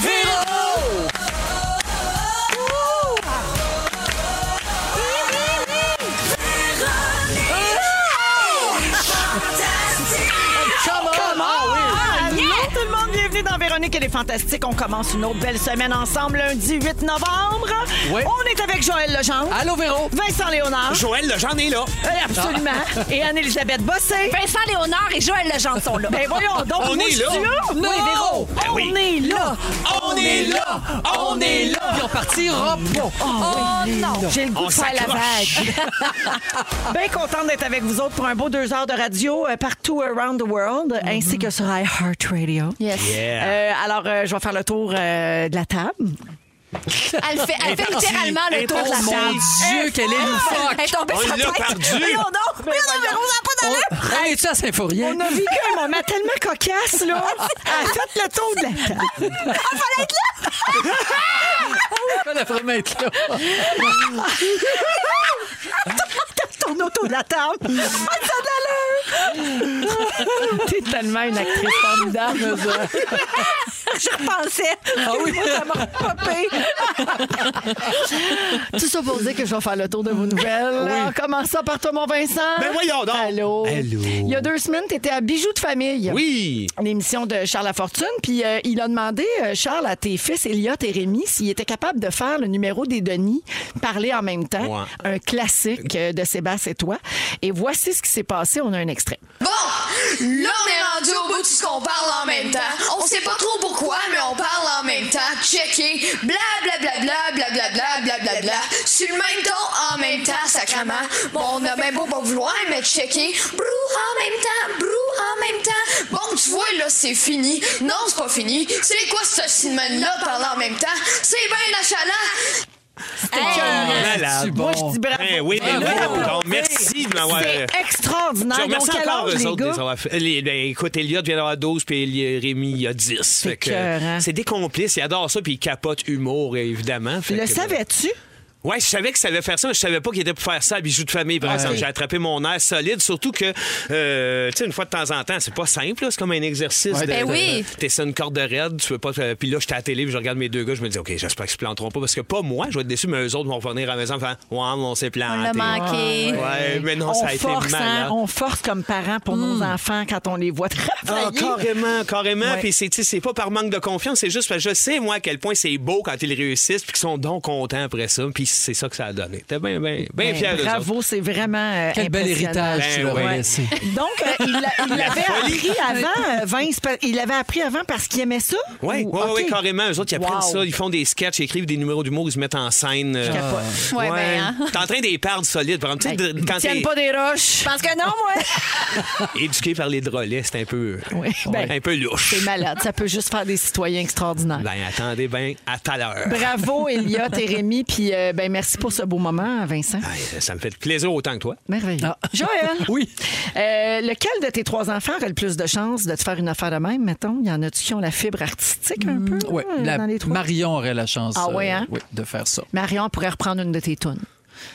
Véro! Come on! Ah oui! Allô tout le monde, bienvenue dans Véronique, elle est fantastique. On commence une autre belle semaine ensemble lundi 8 novembre. Oui. On est avec Joël Legendre. Allô, Véro? Vincent Léonard. Joël, j'en ai là. Euh, Absolument. Et Anne-Elisabeth Bossé. Ah. Vincent Léonard et Joël Legendre sont là. Oh, Ben voyons, donc On moi, est je suis là. Non, Oui, Véro. Ben on oui. est là. On est là! On est là! Puis on partira pas. Oh non, j'ai le goût On de faire la s'accroche. vague. Bien contente d'être avec vous autres pour un beau deux heures de radio euh, partout around the world, ainsi que sur iHeartRadio. Mm-hmm. Yes. Yeah. Euh, alors, euh, je vais faire le tour euh, de la table. Elle fait, elle fait littéralement le tour de la Mon table. Dieu, qu'elle est loufoque! Elle est tombée On sur l'a la tête. perdu. Voyons donc. Voyons donc, Véro, on n'a pas d'allure. On est-tu à Saint-Fourien? On a vécu un moment tellement cocasse, là. Elle a fait le tour de la table. On a vraiment été là. Tourne autour de la table. Elle a de l'allure. T'es tellement une actrice formidable. Je repensais. Ah oui? Tout ça pour dire que je vais faire le tour de vos nouvelles. En commençant par toi, mon Vincent. Ben voyons donc. Allô. Allô. Il y a deux semaines, tu étais à Bijoux de famille. Oui! L'émission de Charles Lafortune. Puis euh, il a demandé, euh, Charles, à tes fils, Elliot et Rémi, s'ils étaient capables de faire le numéro des Denis, parler en même temps. Ouais. Un classique euh, de Sébastien et toi. Et voici ce qui s'est passé. On a un extrait. Bon, là, on est rendu au bout de ce qu'on parle en même temps. On sait pas trop pourquoi, mais on parle en même temps. Checké, bla bla bla bla bla bla bla bla bla bla. Sur le même ton, en même temps, sacrement. Bon, on a même beau pas vouloir, mais checké. Brou en même temps, brou en même temps. Bon, tu vois, là, c'est fini. Non, c'est pas fini. C'est quoi ce cinéma-là, parler en même temps? C'est bien achalant. Malade. Moi, je dis bravo. Ben oui, ben Bravo. oui, donc merci de m'avoir. euh, C'est extraordinaire. Ils Je ont remercie quel encore âge, eux les autres de gars? les avoir fait. Les- ben, écoute, Elliot vient d'avoir 12, puis Eli- Rémi, il a 10. Fait que, écœurant. euh, c'est des complices. Ils adorent ça, puis ils capotent humour, évidemment. Fait Le que, euh, savais-tu? Ouais, je savais que ça allait faire ça, mais je savais pas qu'il était pour faire ça à bijoux de famille, par exemple. J'ai attrapé mon air solide, surtout que, euh, tu sais, une fois de temps en temps, c'est pas simple, là, c'est comme un exercice. de, ben de- oui. T'es sur une corde de raide, tu veux pas. te- Puis là, j'étais à la télé, puis je regarde mes deux gars, je me dis, OK, j'espère qu'ils se planteront pas, parce que pas moi, je vais être déçu, mais eux autres vont revenir à la maison en faisant, ouais, on s'est On planté. l'a manqué. Ouais, mais non, on ça a été Hmm. force, hein, malade. on force comme parents pour nos enfants quand on les voit Ah, travailler. carrément, carrément. Ouais. Puis c'est, tu sais, c'est pas par manque de confiance, c'est juste parce que je sais, moi, à quel point c'est beau quand ils réussissent, puis qu'ils sont donc contents après ça. Puis c'est ça que ça a donné. T'es bien, bien, bien Ben, fier de ça. bravo, c'est vraiment euh, Quel bel impressionnant. héritage Ben tu leur as ouais. laissé. Donc, euh, il l'a- il l'avait appris avant, euh, Vince, pa- il l'avait appris avant parce qu'il aimait ça? Oui, Ou- oui, oui, OK. carrément. Eux autres, ils apprennent Wow. ça. Ils font des sketchs, ils écrivent des numéros d'humour, ils se mettent en scène. euh, capote. Ouais, ben, hein. T'es en train des perdre solides. Par exemple, tu sais, de- quand Ils tiennent t'es pas des roches. Je pense que non, moi. éduqué par les drôlets, c'est un peu, euh, Oui, ben, un peu louche. C'est malade, ça peut juste faire des citoyens extraordinaires. Ben, attendez bien à tout à l'heure. Bravo, Elliot et Rémi, puis euh, ben, merci pour ce beau moment, Vincent. Ben, Ça me fait plaisir autant que toi. Merveilleux. Ah. Joël, Oui. euh, lequel de tes trois enfants aurait le plus de chances de te faire une affaire de même, mettons? Il y en a-tu qui ont la fibre artistique un peu Mm, Ouais, euh, la- dans les trois? Marion aurait la chance Ah ouais, euh, hein? oui, de faire ça. Marion pourrait reprendre une de tes tunes.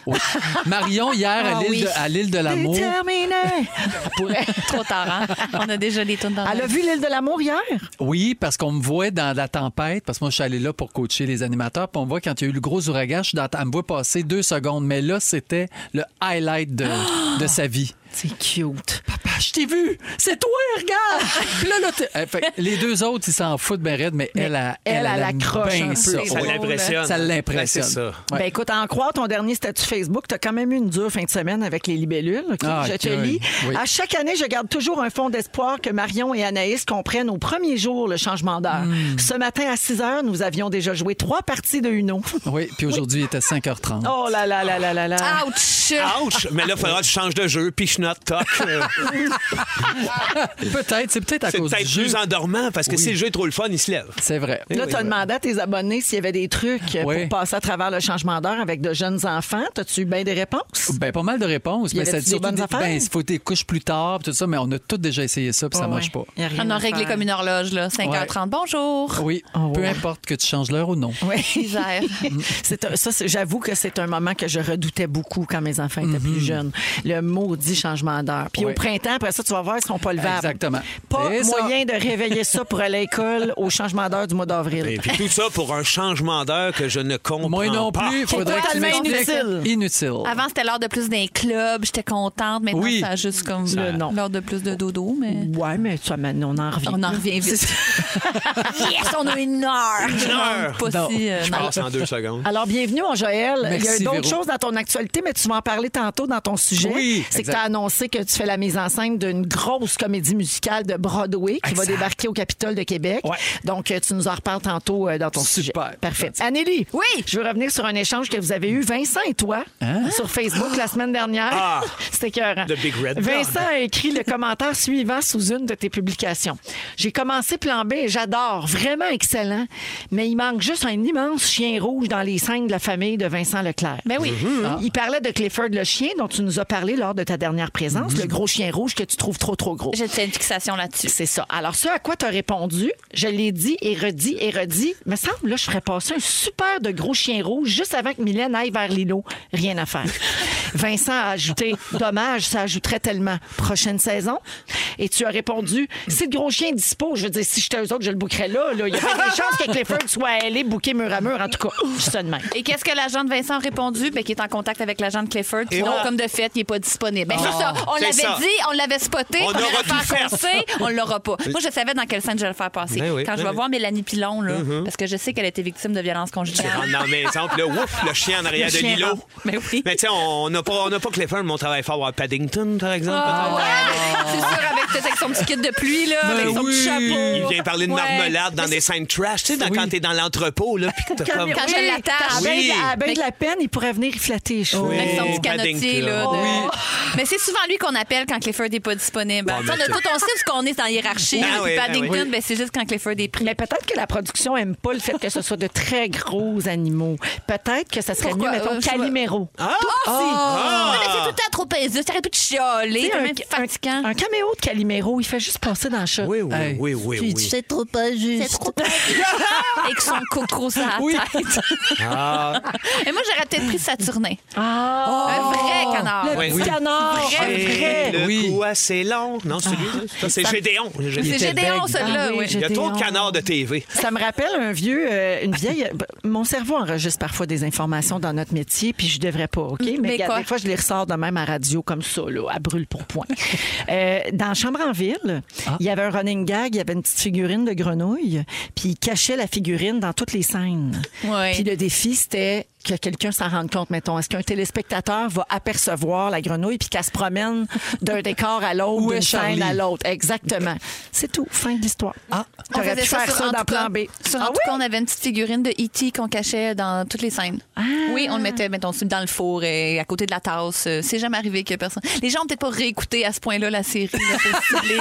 Oui. Marion, hier, à Ah l'île oui. de- à l'île de l'amour, Déterminée. Trop tard, hein? On a déjà les tunes dans Elle a le- vu l'île de l'amour hier? Oui, parce qu'on me voit dans la tempête, parce que moi, je suis allé là pour coacher les animateurs, puis on me voit quand il y a eu le gros ouragan, je suis dans- elle me voit passer deux secondes, mais là, c'était le highlight de, de sa vie. C'est cute. Papa, je t'ai vu! C'est toi, regarde! Puis là, là, t'es- Eh, fait que les deux autres, ils s'en foutent ben raide, mais, elle, a, elle, elle aime accroche bien un peu. ça. C'est Ça drôle, Ouais. l'impressionne. Ça l'impressionne. Ben, c'est ça. Ouais. Ben écoute, à en croire ton dernier statut Facebook, t'as quand même eu une dure fin de semaine avec les libellules. ok? Ah, je te ok, lis. oui. À chaque année, je garde toujours un fond d'espoir que Marion et Anaïs comprennent au premier jour le changement d'heure. Hmm. Ce matin à 6 h, nous avions déjà joué trois parties de Uno. Oui, puis aujourd'hui, il était 5h30. Oh là là là là là là. Ouch! Ouch! Mais là, il faudra que tu changes de jeu, puis je not talk. Euh, Peut-être, c'est peut-être à c'est cause du peut-être jeu. plus endormant parce que si le jeu est trop le fun, il se lève. C'est vrai. Là, tu as demandé à tes abonnés s'il y avait des trucs euh, Eh Ouais. pour passer à travers le changement d'heure avec de jeunes enfants. T'as-tu eu bien des réponses? Ben, pas mal de réponses, Y mais avait-tu c'est des surtout bonnes des- affaires? Oh, ben, il faut des couches plus tard, puis tout ça, mais on a tous déjà essayé ça, puis ça marche pas. Y rien On à a réglé faire. comme une horloge, là. 5h30, bonjour. Oui, Oh, peu ouais. importe que tu changes l'heure ou non. Oui. Misère. C'est un- ça, c'est- j'avoue que c'est un moment que je redoutais beaucoup quand mes enfants étaient Mhm. plus jeunes. Le maudit changement d'heure. Puis Oui. au printemps, après ça, tu vas voir, ils sont pas levables. Exactement. Pas C'est ça. moyen de réveiller ça pour aller à l'école au changement d'heure du mois Et Ben, d'avril. puis tout ça pour un changement d'heure que je ne comprends Moi non pas. plus, faudrait que tu totalement m'expliques. inutile. Inutile. Avant, c'était l'heure de plus d'un club. J'étais contente. Maintenant, Oui. ça a juste comme Le non. l'heure de plus de dodo, mais Ouais, mais ça, man- on en revient. on en revient vite. yes, on a une heure. Une heure. Pas Non. si, euh, Je non. passe en deux secondes. Alors, bienvenue, mon Joël. Merci, Il y a d'autres Véro. choses dans ton actualité, mais tu vas en parler tantôt dans ton sujet. Oui, C'est que exact. tu as annoncé que tu fais la mise en scène d'une grosse comédie musicale de Broadway qui va Exact. débarquer au Capitole de Québec. Ouais. Donc, euh, tu nous en reparles tantôt euh, dans ton sujet. Super. Parfait. Anélie, Oui. je veux revenir sur un échange que vous avez eu, Vincent et toi, Hein? sur Facebook la semaine dernière. Ah. C'était écœurant. The Big Red Dog. Vincent a écrit le commentaire suivant sous une de tes publications. J'ai commencé plan B et j'adore, vraiment excellent, mais il manque juste un immense chien rouge dans les scènes de la famille de Vincent Leclerc. Mm-hmm. Ben oui. Il parlait de Clifford le chien dont tu nous as parlé lors de ta dernière présence, Mm-hmm. le gros chien rouge que tu trouves trop trop gros. J'ai fait une fixation là-dessus. C'est ça. Alors, ce à quoi tu as répondu, je l'ai dit et redit et redit. Me semble, là, je ferais passer un super de gros chien rouge juste avant que Mylène aille vers l'îlot. Rien à faire. Vincent a ajouté Dommage, ça ajouterait tellement. Prochaine saison. Et tu as répondu Si le gros chien est dispo, je veux dire, si j'étais eux autres, je le bouquerais là. là. Il y a pas des chances que Clifford soit allé bouquer mur à mur. En tout cas, je te demande. Et qu'est-ce que l'agent de Vincent a répondu? Ben, qui est en contact avec l'agent de Clifford. Puis non, voilà. comme de fait, il n'est pas disponible. Ben, c'est ça. On Ah. C'est l'avait ça. dit, on l'avait spoté. On On, aura tout l'aura fait. faire coincer, on l'aura pas. Moi, je savais dans quelle scène je vais le faire passer. Ben oui, Quand ben je vais oui. Mm-hmm. voir Mélanie Pilon, là, parce que je sais qu'elle a été victime de violences conjugales. rentre dans la maison, puis là, ouf, le chien en arrière Le de Ben chien l'îlot. rentre. Mais Ben oui. Mais tu sais, on n'a pas, on n'a pas Clifford, mais on travaille fort à Paddington, par exemple. Ah, ouais. C'est sûr, avec, peut-être avec son petit kit de pluie, là, Ben avec son oui. petit chapeau. Il vient parler de Ouais. marmelade dans des scènes trash, tu sais, dans- quand t'es dans l'entrepôt, là, puis que t'as comme... Quand je l'attache. à ben Oui. de- à ben de la peine, il pourrait venir y flatter les cheveux. Oui. Avec son petit canotier, Paddington. là. de- Mais c'est souvent lui qu'on appelle quand Clifford n'est pas disponible. Ah, Tu sais, on a mais- tout, on sait ce qu'on est dans la hiérarchie. Ah Puis oui, ah Paddington, oui. ben, c'est juste quand Clifford est pris. Mais peut-être que la production aime pas le fait que ce soit de très gros animaux. Peut-être que ça serait Pourquoi? mieux, mettons, Euh, je- Calimero. Ah! Ah, mais c'est tout le temps trop pesé. T'arrêtes plus de chialer. Tu sais, T'es même fatigant. un caméo de Calimero, il fait juste passer dans le chat. Oui, oui, Hey. oui, oui, Puis il dit, oui. c'est trop pas juste. C'est trop pesé. Avec son coco sur la tête. Et moi, j'aurais peut-être pris Saturnin. Ah, Un vrai canard. le Ah, Oui. petit canard. Vrai, un Et vrai. Le Oui. coup assez long. Non, c'est lui. ça, C'est Gédéon. le Gédéon. C'est était Gédéon, bègue. celui-là. Ah oui, oui. Il y a trop de Gédéon. canards de TV. Ça me rappelle un vieux, euh, une vieille. ben, Mon cerveau enregistre parfois des informations dans notre métier, puis je devrais pas, ok. Mais, Mais regarde, quoi? des fois, je les ressors de même à radio comme ça, là, à brûle pour point. Euh, dans Chambre en ville, il y avait un running gag, il y avait une petite figurine de grenouille, puis il cachait la figurine dans toutes les scènes. Ouais. Puis le défi, c'était que quelqu'un s'en rende compte, mettons. Est-ce qu'un téléspectateur va apercevoir la grenouille puis qu'elle se promène d'un décor à l'autre, Où est d'une scène Charlie? à l'autre? Exactement. C'est tout. Fin de l'histoire. Ah, On T'aurais faisait pu ça faire sur ça En dans tout plan cas. B. Sur En Ah tout oui? cas, on avait une petite figurine de E.T. qu'on cachait dans toutes les scènes. Oui, on le mettait, mettons, dans le four et à côté de la tasse. Euh, C'est jamais arrivé que personne. Les gens ont peut-être pas réécouté à ce point-là la série. là, c'est ciblé.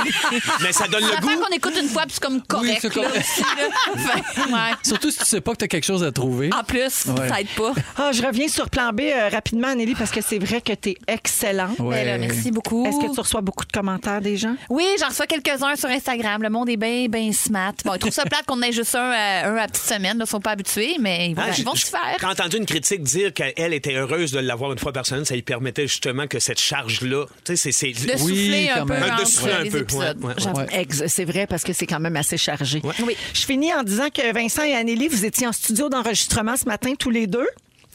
Mais ça donne Ça le fait goût. qu'on écoute une fois, puis c'est comme correct. c'est correct. là, aussi, là. Fait- ouais. Surtout si tu sais pas que tu as quelque chose à trouver. En plus, Ouais. ça aide pas. Ah, je reviens sur plan B euh, rapidement, Anneli, parce que c'est vrai que tu es excellente. euh, Ouais. Ben là, merci beaucoup. Est-ce que tu reçois beaucoup de commentaires des gens? Oui, j'en reçois quelques-uns sur Instagram. Le monde est bien, bien smart. Bon, ils trouvent ça plate qu'on ait juste un à, un à petite semaine. Ils ne sont pas habitués, mais ils vont, Hein, ils j'ai- vont se faire. J'ai entendu une critique dire qu'elle était heureuse de l'avoir une fois par semaine. Ça lui permettait justement que cette charge-là. Tu sais, c'est. c'est- De Oui, souffler un quand peu même. De entre souffler un les peu, ouais, épisodes. ouais, ouais. J'avoue. Ouais. Ex- C'est vrai parce que c'est quand même assez chargé. Oui. Je finis en disant que Vincent et Anneli, vous étiez en studio d'enregistrement ce matin tous les deux.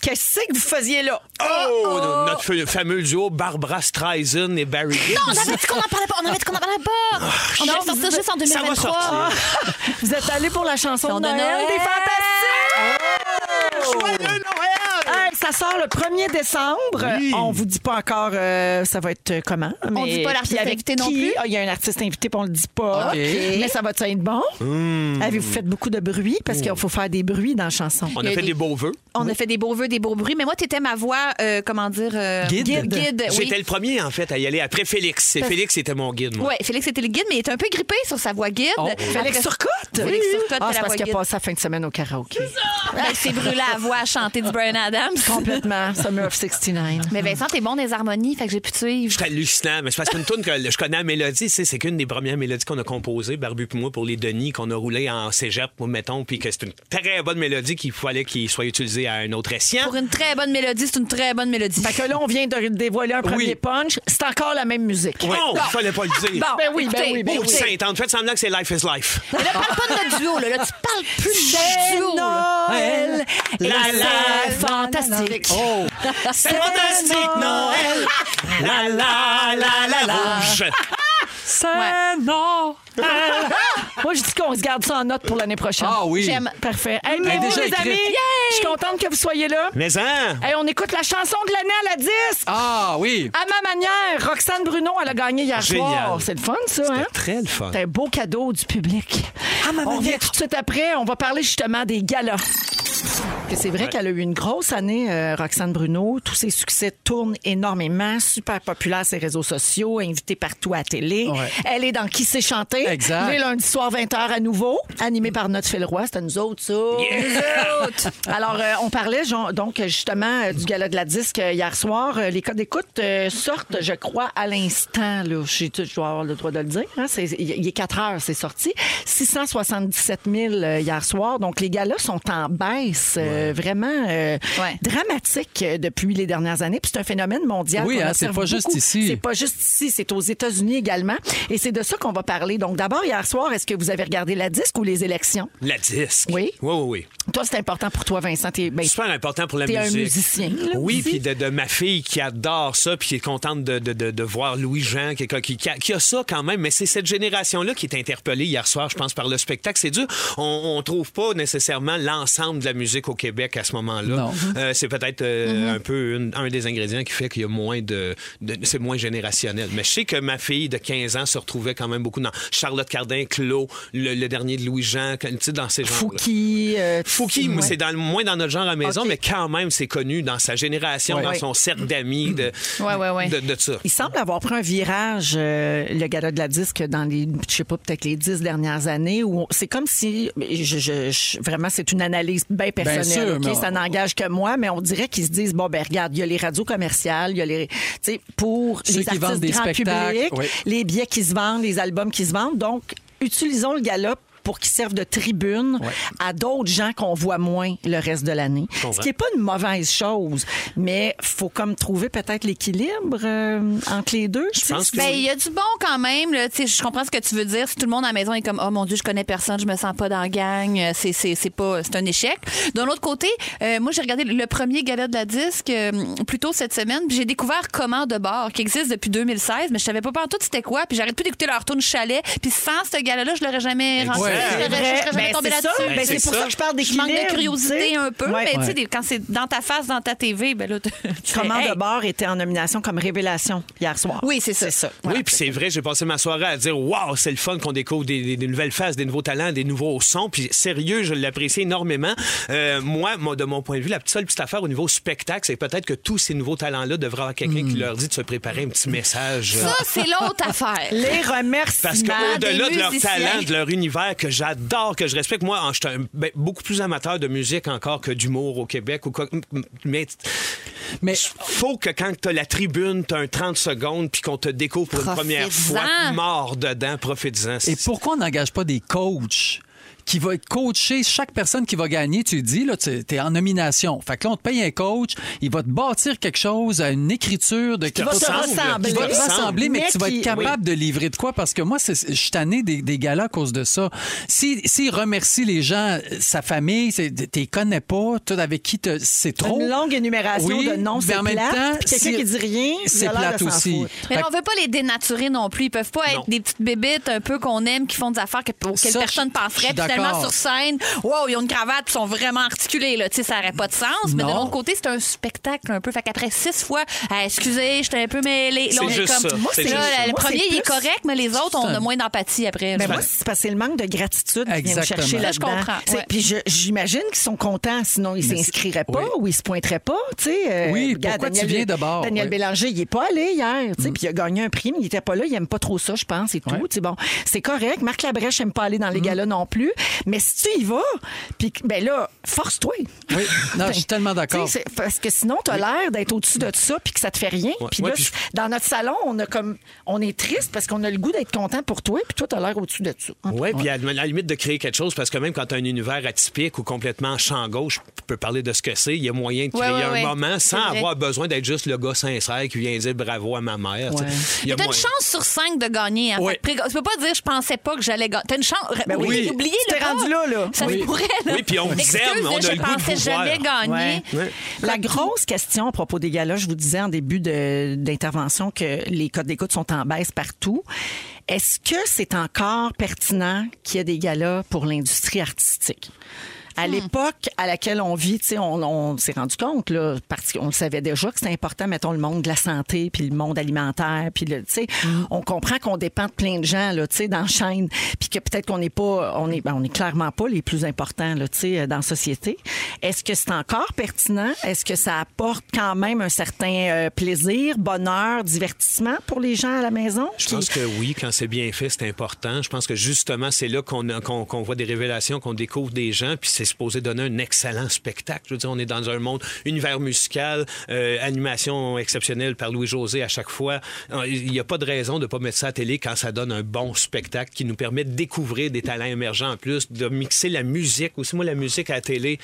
Qu'est-ce que vous faisiez là? Oh, Notre fa- fameux duo Barbara Streisand et Barry Gibb. On avait dit qu'on n'en parlait pas. On avait dit qu'on n'en parlait pas. on Ah, va sortir juste en Ça va 2023. sortir. Vous êtes allés pour la chanson Chanson de de Noël, Noël. hein? des Fantastiques! Hey, ça sort le 1er décembre. On vous dit pas encore euh, ça va être comment. Mais dit pas l'artiste puis avec invité non qui. plus? Ah, Il y a un artiste invité, puis on le dit pas. OK. Mais ça va être bon? Avez-vous fait beaucoup de bruit? Parce qu'il faut faire des bruits dans la chanson. On a fait des beaux vœux. On a fait des beaux vœux, des beaux bruits, mais moi, t'étais ma voix, euh, comment dire, euh, Guide. guide, guide, oui. J'étais le premier, en fait, à y aller après Félix. C'est Parce- Félix était mon guide, moi. Ouais, Félix était le guide, mais il était un peu grippé sur sa voix guide. Oh. Félix Après- Turcotte! Félix Turcotte, Ah, c'est t'es parce la voix qu'il a guide. passé la fin de semaine au karaoké. ben, Il s'est brûlé à voix à chanter du Brian Adams. Complètement. Summer of 69. Mais Vincent, t'es bon des harmonies, fait que j'ai pu te suivre. J'étais hallucinant, mais c'est parce qu'une tune que je connais la mélodie, tu sais, c'est qu'une des premières mélodies qu'on a composées, Barbu puis moi, pour les Denis, qu'on a roulé en cégep, moi, mettons, puis que c'est une très bonne mélodie qu'il fallait qu'il soit utilisée à un autre escient. Pour une très bonne mélodie, c'est une très bonne mélodie. Fait que là, on vient de dévoiler un premier Oui. punch. C'est encore la même musique. Ouais, Non, il fallait pas le dire. Bon, Ben oui, ben écoutez, oui, ben Oh, oui. écoutez. Saint-Anne, faites semblant que c'est Life is Life. Mais là, parle pas de notre duo, là. Là, tu parles plus de notre duo. là. Noël, La, et la, c'est fantastique. Oh! C'est fantastique, Noël! La la la la rouge! C'est non. Moi, je dis qu'on se garde ça en note pour l'année prochaine. Ah oui. J'aime. Parfait. Hey, bravo, déjà les écrite. amis. Je suis contente que vous soyez là. Mais hein! Hey, on écoute la chanson de l'année à la 10. Ah oui! À ma manière, Roxane Bruno, elle a gagné hier Génial. soir. C'est le fun, ça, hein? Très le fun. C'est un beau cadeau du public. on revient tout de suite après. On va parler justement des galas. Que C'est vrai qu'elle a eu une grosse année, euh, Roxane Bruno. Tous ses succès tournent énormément. Super populaire ses réseaux sociaux, invitée partout à la télé. Ouais. Elle est dans Qui s'est chanté. Exact. Les lundis soir 20h à nouveau, animé par notre Phil Roy. C'était nous autres, ça. Alors, euh, on parlait genre, donc justement euh, du gala de la disque euh, hier soir. Euh, les codes d'écoute euh, sortent, je crois, à l'instant. là. Je je dois avoir le droit de le dire. hein. C'est- Il il est 4 heures, c'est sorti. 677 000 euh, hier soir. Donc, les galas sont en baisse euh, vraiment euh, Ouais. dramatique euh, depuis les dernières années. Puis c'est un phénomène mondial. Oui, qu'on hein, observe c'est pas juste beaucoup. ici. C'est pas juste ici, c'est aux États-Unis également. Et c'est de ça qu'on va parler. Donc, d'abord, hier soir, est-ce que vous avez regardé la disque ou les élections? La disque. Oui. Oui, oui, oui. Toi, c'est important pour toi, Vincent. T'es- ben, super important pour la T'es musique. un musicien, là, oui, aussi. puis de, de ma fille qui adore ça, puis qui est contente de, de- de- de voir Louis-Jean, quelqu'un qui, qui a- qui a ça quand même. Mais c'est cette génération-là qui est interpellée hier soir, je pense, par le spectacle. C'est dur. On, on trouve pas nécessairement l'ensemble de la musique au Québec à ce moment-là. Non. Euh, c'est peut-être Mm-hmm. euh, un peu une- un des ingrédients qui fait qu'il y a moins de, de- c'est moins générationnel. Mais je sais que ma fille de 15 ans se retrouvait quand même beaucoup dans Charlotte Cardin, Clos, le, le dernier de Louis-Jean, quand- tu sais, dans ces genres-là. Fouki. euh, Fouki, ouais. c'est dans, le- moins dans notre genre à la maison, Ok. mais quand même, c'est connu dans sa génération, Ouais. dans son cercle d'amis, de, Ouais, ouais, ouais. de, de ça. Il semble avoir pris un virage, euh, le gala de la disque, dans les, je sais pas, peut-être les dix dernières années, où on- c'est comme si, je, je- je- vraiment, c'est une analyse bien personnelle, sûr, ok? mais on- ça n'engage que moi, mais on dirait qu'ils se disent, bon, ben regarde, il y a les radios commerciales, il y a les, tu sais, pour Ceux les qui vendent artistes des grand spectacles, public, oui. les billets qui se vendent, les albums qui se vendent, donc utilisons le gala pour qu'ils servent de tribune à d'autres gens qu'on voit moins le reste de l'année. Ce comprends. qui n'est pas une mauvaise chose, mais faut comme trouver peut-être l'équilibre euh, entre les deux. Je pense que Ben, il y a du bon quand même. Là. Tu sais, Je comprends ce que tu veux dire. Si tout le monde à la maison est comme, oh mon Dieu, je connais personne, je me sens pas dans la gang, euh, c'est, c'est, c'est, pas, c'est un échec. D'un autre côté, euh, moi, j'ai regardé le premier gala de la disque euh, plus tôt cette semaine, puis j'ai découvert Comment de bord, qui existe depuis 2016, mais je savais pas pas en tout c'était quoi, puis j'arrête plus d'écouter leur tourne chalet, puis sans ce gala-là, je l'aurais jamais Exact. rencontré. C'est Je l'aurais- je serais jamais tombée là-dessus. Ben, c'est c'est pour ça. ça. que je parle Je d'équilibre. manque de tu curiosité sais. un peu, Ouais. mais tu Ouais. sais, des- quand c'est dans ta face, dans ta TV, ben là, tu tu fais, Comment hey. de bord était en nomination comme révélation hier soir. Oui, c'est ça. oui, puis c'est vrai, j'ai passé ma soirée à dire Waouh, c'est le fun qu'on découvre des, des- des nouvelles phases, des nouveaux talents, des nouveaux sons. Puis sérieux, je l'apprécie énormément. Euh, moi, moi, de mon point de vue, la petite seule petite affaire au niveau spectacle, c'est peut-être que tous ces nouveaux talents-là devraient avoir quelqu'un qui leur dit de se préparer un petit message. euh, Ça, c'est l'autre affaire. Les Parce remerciements. qu'au-delà des de leur musiciens. talent, de leur univers que j'adore, que je respecte, moi, en- je suis un- ben, beaucoup plus amateur de musique encore que d'humour au Québec. Ou quoi- mais Mais faut que quand tu as la tribune, tu as un 30 secondes, puis qu'on te découvre pour une première fois, Profites-en. mort dedans, profite-en. Et pourquoi on n'engage pas des coachs qui va coacher chaque personne qui va gagner? Tu dis, là, tu es en nomination. Fait que là, on te paye un coach, il va te bâtir quelque chose, une écriture de Qui quelque va te chose ressembler. Qui va te Ressemble. ressembler, mais, Mais que tu vas qui- être capable de livrer de quoi? Parce que moi, c'est- je suis tanné des, des galas à cause de ça. S'il si, s'il remercie les gens, euh, sa famille, c'est- tu les connais pas, toi, avec qui te- c'est trop. Une longue énumération Oui, de noms, mais c'est en même plate. temps, Puis quelqu'un si- qui dit rien, il a c'est l'air de plate s'en aussi. foutre. Mais Fait là, on veut pas les dénaturer non plus. Ils peuvent pas être Non. des petites bébites un peu qu'on aime, qui font des affaires que, auxquelles Ça, je- je suis personne penserait. Puis d'accord finalement, d'accord. sur scène, wow, ils ont une cravate, ils sont vraiment articulés, là. Tu sais, ça n'aurait pas de sens. Mais de Non. l'autre côté, c'est un spectacle un peu. Fait qu'après six fois, Ah, excusez, j'étais un peu mêlé. C'est Là, on est juste comme. ça. Moi, c'est Là, juste ça. le Moi, premier, c'est il est plus- correct, mais les autres, on a moins d'empathie après. Ben là. moi, c'est parce que c'est le manque de gratitude qui vient me Exactement. chercher Ça, je là-dedans. comprends, C'est- ouais. Puis je- j'imagine qu'ils sont contents, sinon ils Mais s'inscriraient c'est- pas oui. ou ils se pointeraient pas. tu sais. Euh, Oui, regarde, pourquoi tu Daniel- viens de bord, Daniel oui. Bélanger, il est pas allé hier. tu sais, Puis il a gagné un prix, mais il était pas là. Il aime pas trop ça, je pense, et tout. Ouais. Mm. tu sais, Bon, c'est correct. Marc Labrèche aime pas aller dans les galas non plus. Mais si tu y vas, puis que- ben là, force-toi. Oui. Non, je suis tellement d'accord. Ben, Tu sais, c'est- Parce que sinon, tu as l'air d'être au-dessus de ça puis que ça te fait rien. Ouais, Puis ouais, là, puis je- dans notre salon, on a comme on est triste parce qu'on a le goût d'être content pour toi puis toi, tu as l'air au-dessus de ça. Oui, puis à la limite de créer quelque chose, parce que même quand tu as un univers atypique ou complètement champ gauche, tu peux parler de ce que c'est, il y a moyen de Ouais, créer ouais, un ouais. moment C'est sans vrai. avoir besoin d'être juste le gars sincère qui vient dire bravo à ma mère. tu sais. Il y a T'as une moyen. chance sur cinq de gagner. hein. Oui. Fait que pré- Tu peux pas dire je pensais pas que j'allais gagner. T'as une chance. Ben oui. Oubliez- oubliez Tu le t'es pas. rendu là, là. Ça Oui. se pourrait. là. Oui, puis on vous Excuse, aime, on a je le goût de pensais vous jamais voir. gagner. Ouais. La grosse question à propos des galas, je vous disais en début de- d'intervention que les codes d'écoute sont en baisse partout. Est-ce que c'est encore pertinent qu'il y ait des galas pour l'industrie artistique? À l'époque à laquelle on vit, tu sais, on, on s'est rendu compte, là, parce qu'on le savait déjà que c'était important, mettons, le monde de la santé, puis le monde alimentaire, puis le, tu sais, on comprend qu'on dépend de plein de gens, là, tu sais, dans la chaîne, puis que peut-être qu'on n'est pas, on est, ben, on est clairement pas les plus importants, là, tu sais, euh, dans la société. Est-ce que c'est encore pertinent? Est-ce que ça apporte quand même un certain euh, plaisir, bonheur, divertissement pour les gens à la maison? Je pense que oui, quand c'est bien fait, c'est important. Je pense que justement, c'est là qu'on a- qu'on- qu'on voit des révélations, qu'on découvre des gens, puis c'est supposé donner un excellent spectacle. Je veux dire, on est dans un monde univers musical, euh, animation exceptionnelle par Louis-José à chaque fois. Euh, Il n'y a pas de raison de ne pas mettre ça à la télé quand ça donne un bon spectacle qui nous permet de découvrir des talents émergents en plus, de mixer la musique aussi. Moi, la musique à la télé,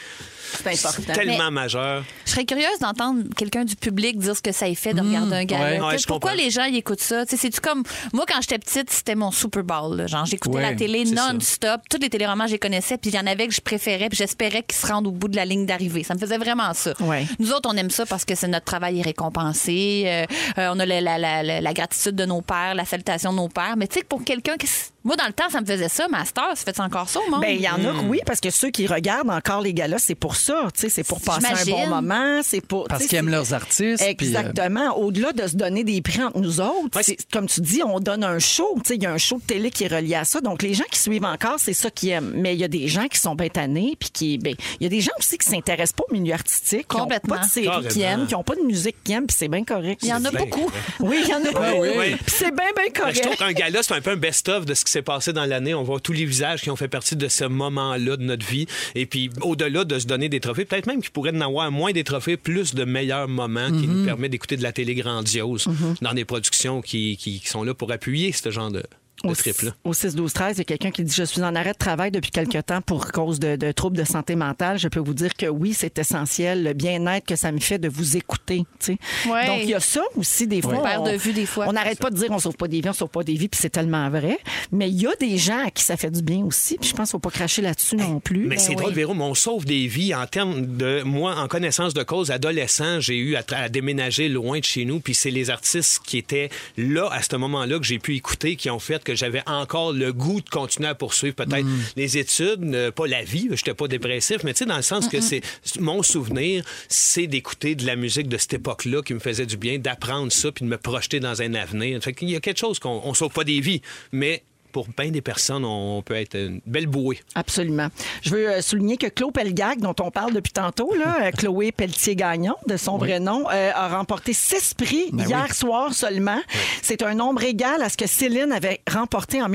c'est important. tellement Mais- majeure. Je serais curieuse d'entendre quelqu'un du public dire ce que ça y fait de regarder un gala. ouais. Tu sais, Ouais, je Pourquoi comprends. les gens ils écoutent ça? Tu sais, C'est-tu comme. Moi, quand j'étais petite, c'était mon Super Bowl. là. Genre, j'écoutais Ouais, la télé c'est ça. non-stop. Tous les téléromans, je les connaissais. Puis il y en avait que je préférais. Puis j'espérais qu'ils se rendent au bout de la ligne d'arrivée. Ça me faisait vraiment ça. Ouais. Nous autres, on aime ça parce que c'est notre travail est récompensé. Euh, euh, on a la, la- la- la- la gratitude de nos pères, la salutation de nos pères. Mais tu sais, que pour quelqu'un qui. s- Moi, dans le temps, ça me faisait ça. Master, ça fait encore ça au monde? Ben, il y en a, Hmm. que oui, parce que ceux qui regardent encore les galas, c'est pour ça. tu sais, C'est pour passer un J'imagine. bon moment. c'est pour Parce tu sais, qu'ils aiment c'est- leurs artistes, puis, euh, Exactement. Au-delà de se donner des prix entre nous autres, Ouais, c'est- c'est- comme tu dis, on donne un show. tu sais, Il y a un show de télé qui est relié à ça. Donc, les gens qui suivent encore, c'est ça qu'ils aiment. Mais il y a des gens qui sont bien tannés. Puis qui, ben, il y a des gens aussi qui s'intéressent pas au milieu artistique. qui ont Complètement. pas de série qu'ils Carrément. aiment, qui n'ont pas de musique qu'ils aiment. Puis c'est bien correct. Il y en a Ben, beaucoup. Oui, il y en a Ah oui. Puis c'est bien, bien Ben, Je correct. trouve qu'un gala, c'est un peu un best-of de ce qui s'est passé dans l'année. On voit tous les visages qui ont fait partie de ce moment-là de notre vie. Et puis, au-delà de se donner des trophées, peut-être même qu'il pourrait en avoir moins des trophées, plus de meilleurs moments qui nous permettent d'écouter de la télé grandiose dans des productions qui, qui- qui sont là pour appuyer ce genre de, de Au trip-là. au 6-12-13, il y a quelqu'un qui dit Je suis en arrêt de travail depuis quelque temps pour cause de, de troubles de santé mentale. Je peux vous dire que oui, c'est essentiel, le bien-être que ça me fait de vous écouter. tu sais. Ouais. Donc, il y a ça aussi, des fois. On perd de vue des fois. On n'arrête pas de dire on sauve pas des vies, on sauve pas des vies, puis c'est tellement vrai. Mais il y a des gens à qui ça fait du bien aussi, puis je pense qu'il ne faut pas cracher là-dessus non plus. Ben Ben Mais c'est drôle, Véro, mais on sauve des vies en termes de. Moi, en connaissance de cause, adolescent, j'ai eu à, tra- à déménager loin de chez nous, puis c'est les artistes qui étaient là à ce moment-là que j'ai pu écouter, qui ont fait que j'avais encore le goût de continuer à poursuivre peut-être les études, euh, pas la vie, j'étais pas dépressif, mais tu sais, dans le sens que c'est mon souvenir, c'est d'écouter de la musique de cette époque-là qui me faisait du bien, d'apprendre ça, puis de me projeter dans un avenir. Fait qu'il y a quelque chose qu'on on sauve pas des vies, mais. Pour bien des personnes, on peut être une belle bouée. Absolument. Je veux euh, souligner que Claude Pelgag, dont on parle depuis tantôt, là, euh, Chloé Pelletier-Gagnon, de son vrai nom, euh, a remporté six prix hier soir seulement. C'est un nombre égal à ce que Céline avait remporté en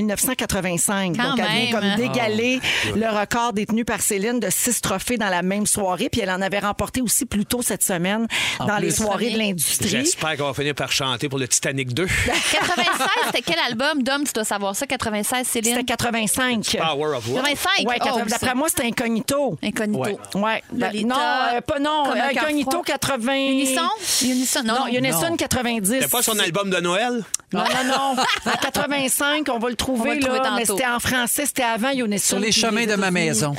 1985. Quand Donc, elle vient même. comme d'égaler le record détenu par Céline de six trophées dans la même soirée. Puis elle en avait remporté aussi plus tôt cette semaine En dans les plus. soirées de l'industrie. J'espère qu'on va finir par chanter pour le Titanic 2. 96, c'était quel album? Dom, tu dois savoir ça. 96, Céline? C'était 85. Power of Love. 95? Ouais, Oh, 80 D'après ça. moi, c'était incognito. Incognito. Ouais. Ouais. Ben, Lolita, non, euh, pas non. Comme un cœur Incognito froid. 80. Unisson? Unisson, non. Non, Unison Non. 90. C'était pas son album de Noël? Non, non, non. À 85, on va le trouver, On va le là, trouver mais tantôt. c'était en français, c'était avant Younes Sur les chemins de ma maison.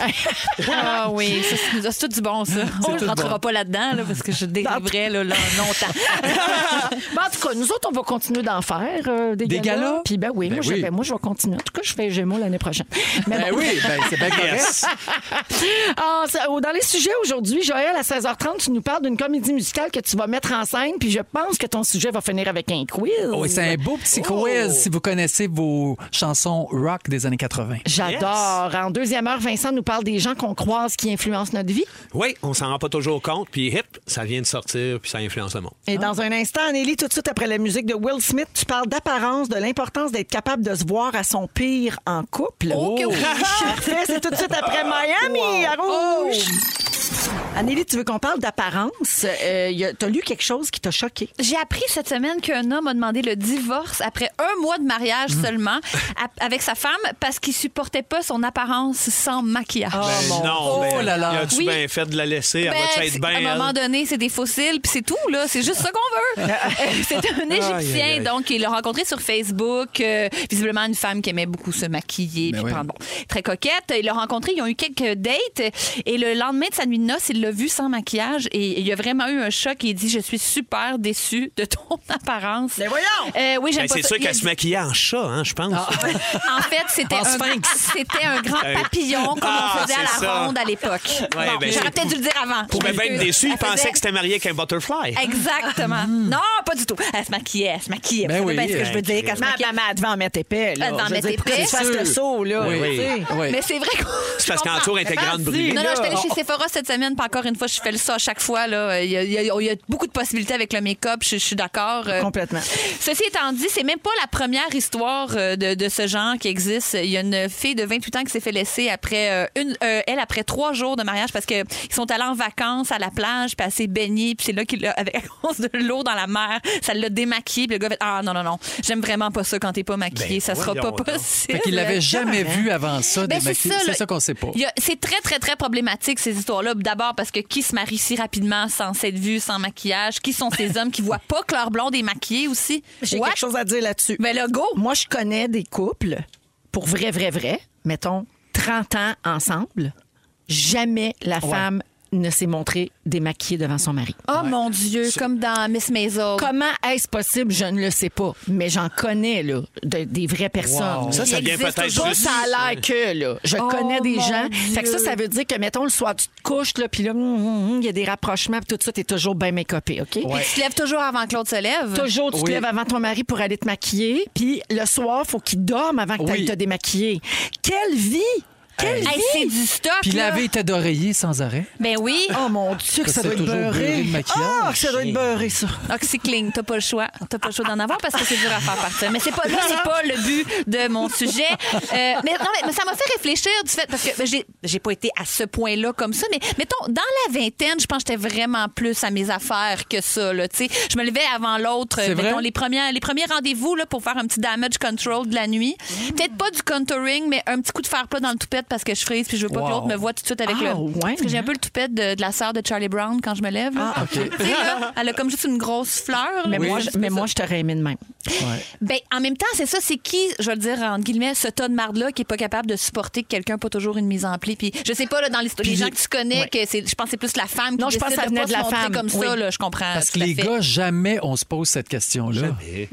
Ah oui, ça, c'est- c'est tout du bon, ça. On ne tout rentrera bon. pas là-dedans, là, parce que je dériverais là, là, longtemps. Ben, en tout cas, nous autres, on va continuer d'en faire euh, des, Des galas? Puis ben oui, Ben moi, je oui. vais- moi, je vais continuer. En tout cas, je fais Gémeaux l'année prochaine. Mais Ben bon. oui, ben c'est bien correct. Ah, ça- oh, dans les sujets aujourd'hui, Joël, à 16h30, tu nous parles d'une comédie musicale que tu vas mettre en scène, puis je pense que ton sujet va finir avec un quiz. Oh Oui, c'est un beau petit Oh! quiz si vous connaissez vos chansons rock des années 80. J'adore. En deuxième heure, Vincent nous parle des gens qu'on croise qui influencent notre vie. Oui, on s'en rend pas toujours compte, puis hip, ça vient de sortir, puis ça influence le monde. Oh Et dans un instant, Nelly, tout de suite après la musique de Will Smith, tu parles d'apparence, de l'importance d'être capable de se voir à son pire en couple. que oui. Parfait, c'est tout de suite après Miami, à rouge. Anneli, tu veux qu'on parle d'apparence? Euh, y a- T'as lu quelque chose qui t'a choqué? J'ai appris cette semaine qu'un homme a demandé le divorce après un mois de mariage seulement ap- avec sa femme parce qu'il supportait pas son apparence sans maquillage. Ben non, Dieu. ben, Oh là là. y a-tu Oui. bien fait de la laisser? Ben, elle va être c'est- bien. à un elle? moment donné, c'est des fossiles, puis c'est tout, là. C'est juste ça qu'on veut. Euh, c'est un Égyptien, Aïe, aïe, aïe. donc, il l'a rencontré sur Facebook. euh, visiblement, une femme qui aimait beaucoup se maquiller, Ben puis oui. prendre- bon, très coquette. Il l'a rencontré, ils ont eu quelques dates, et le lendemain de sa nuit de noces, il l'a vu sans maquillage, et il a vraiment eu un choc. Il dit Je suis super déçu de ton apparence. Mais voyons! Euh, oui, j'aime Ben, pas c'est ça. Ah. sûr Il a qu'elle se dit- maquillait en chat, hein, je pense. en fait, c'était En un, sphinx. c'était un grand Euh, papillon comme ah, on faisait à la c'est ça. ronde à l'époque. Ouais, Bon, ben, J'aurais c'est- peut-être dû le dire avant. Pour bien être déçu, il Elle faisait- pensait que c'était marié avec un butterfly. Exactement. Non, pas du tout. Elle se maquillait, elle se maquillait. Mm. Ben Vous savez oui, bien ce que je veux elle dire quand elle se Ma maquillait. maman, elle devait en mettre épais. Là. Elle devait en Je veux mettre dire, pour épais. qu'elle se fasse le saut, là. Oui. tu sais. Oui. Mais c'est vrai qu'on. C'est parce qu'en tour, elle était grande brûlée. Non, non, là. j'étais allée chez Sephora cette semaine, pas encore une fois, je fais le ça à chaque fois. Là. Il, y a, il y a- il y a beaucoup de possibilités avec le make-up, je, je suis d'accord. Euh, Complètement. Ceci étant dit, c'est même pas la première histoire euh, de, de ce genre qui existe. Il y a une fille de 28 ans qui s'est fait laisser après euh, une, euh, elle après trois jours de mariage parce qu'ils sont allés en vacances à la plage, puis elle s'est baignée, puis c'est là qu'il a, avec à cause de l'eau dans la mer, ça l'a démaquillée, puis le gars a fait Ah non, non, non, j'aime vraiment pas ça quand t'es pas maquillée, Ben, ça sera pas voyons donc. possible. Fait qu'il l'avait jamais vu avant ça, Ben, des maquillés. là. C'est ça qu'on sait pas. Il y a- C'est très, très, très problématique, ces histoires-là. D'abord, parce que qui se marie si rapidement sans cette vue, sans maquillage? Qui sont ces hommes qui voient pas que leur blonde est maquillée aussi? J'ai What? quelque chose à dire là-dessus. Ben là, go! Moi, je connais des couples, pour vrai, vrai, vrai, mettons 30 ans ensemble, jamais la femme ne s'est montrée démaquillée devant son mari. Oh mon Dieu, comme dans Miss Maisel. Comment est-ce possible? Je ne le sais pas. Mais j'en connais, là, de- des vraies personnes. Ça, ça Il vient existe peut-être toujours, Pas juste- ça a l'air que, là. Je Oh, connais des mon gens. Fait que ça, Dieu. ça veut dire que, mettons, le soir, tu te couches, là, puis là, hum, hum, hum, il y a des rapprochements, puis tout ça, t'es toujours bien make OK? Ouais. Tu te lèves toujours avant que l'autre se lève. Toujours, tu te Hein? Oui. lèves avant ton mari pour aller te maquiller, puis le soir, faut qu'il dorme avant que tu Oui. te démaquiller. Quelle vie! Quelle Hey, vie! c'est du stock. Puis il là. avait été d'oreiller sans arrêt. Ben oui, Oh mon Dieu, que ça Ça, c'est doit être toujours beurré beurré. de maquillage. Ah, que ça doit être beurré, ça. OxyCling, t'as pas le choix. T'as pas le choix d'en avoir parce que c'est dur à faire partir. Mais c'est pas, là, c'est pas le but de mon sujet. Euh, mais non, mais, mais ça m'a fait réfléchir du fait, parce que ben, j'ai, j'ai pas été à ce point-là comme ça, mais mettons, dans la vingtaine, je pense que j'étais vraiment plus à mes affaires que ça, là, tu sais. Je me levais avant l'autre, euh, C'est vrai? mettons, les premiers, les premiers rendez-vous, là, pour faire un petit damage control de la nuit. Peut-être pas du contouring, mais un petit coup de fer plat dans le toupette parce que je frise puis je veux pas Wow. que l'autre me voit tout de suite avec Ah, le. ouais, parce que j'ai un peu le toupette de, de la sœur de Charlie Brown quand je me lève. là. Tu sais, là, elle a comme juste une grosse fleur. Mais, là, moi, je- je, mais moi, je t'aurais aimé de même. Ben, en même temps, c'est ça, c'est qui, je vais le dire entre guillemets, ce tas de marde-là qui est pas capable de supporter que quelqu'un pas toujours une mise en pli. Puis je sais pas, là, dans les, les gens que tu connais, que c'est, je pense que c'est plus la femme qui Non, je pense que décide ça de venait pas de se la montrer femme, comme ça, oui. là, je comprends. Parce tout que à les fait. gars, jamais on se pose cette question-là. Jamais.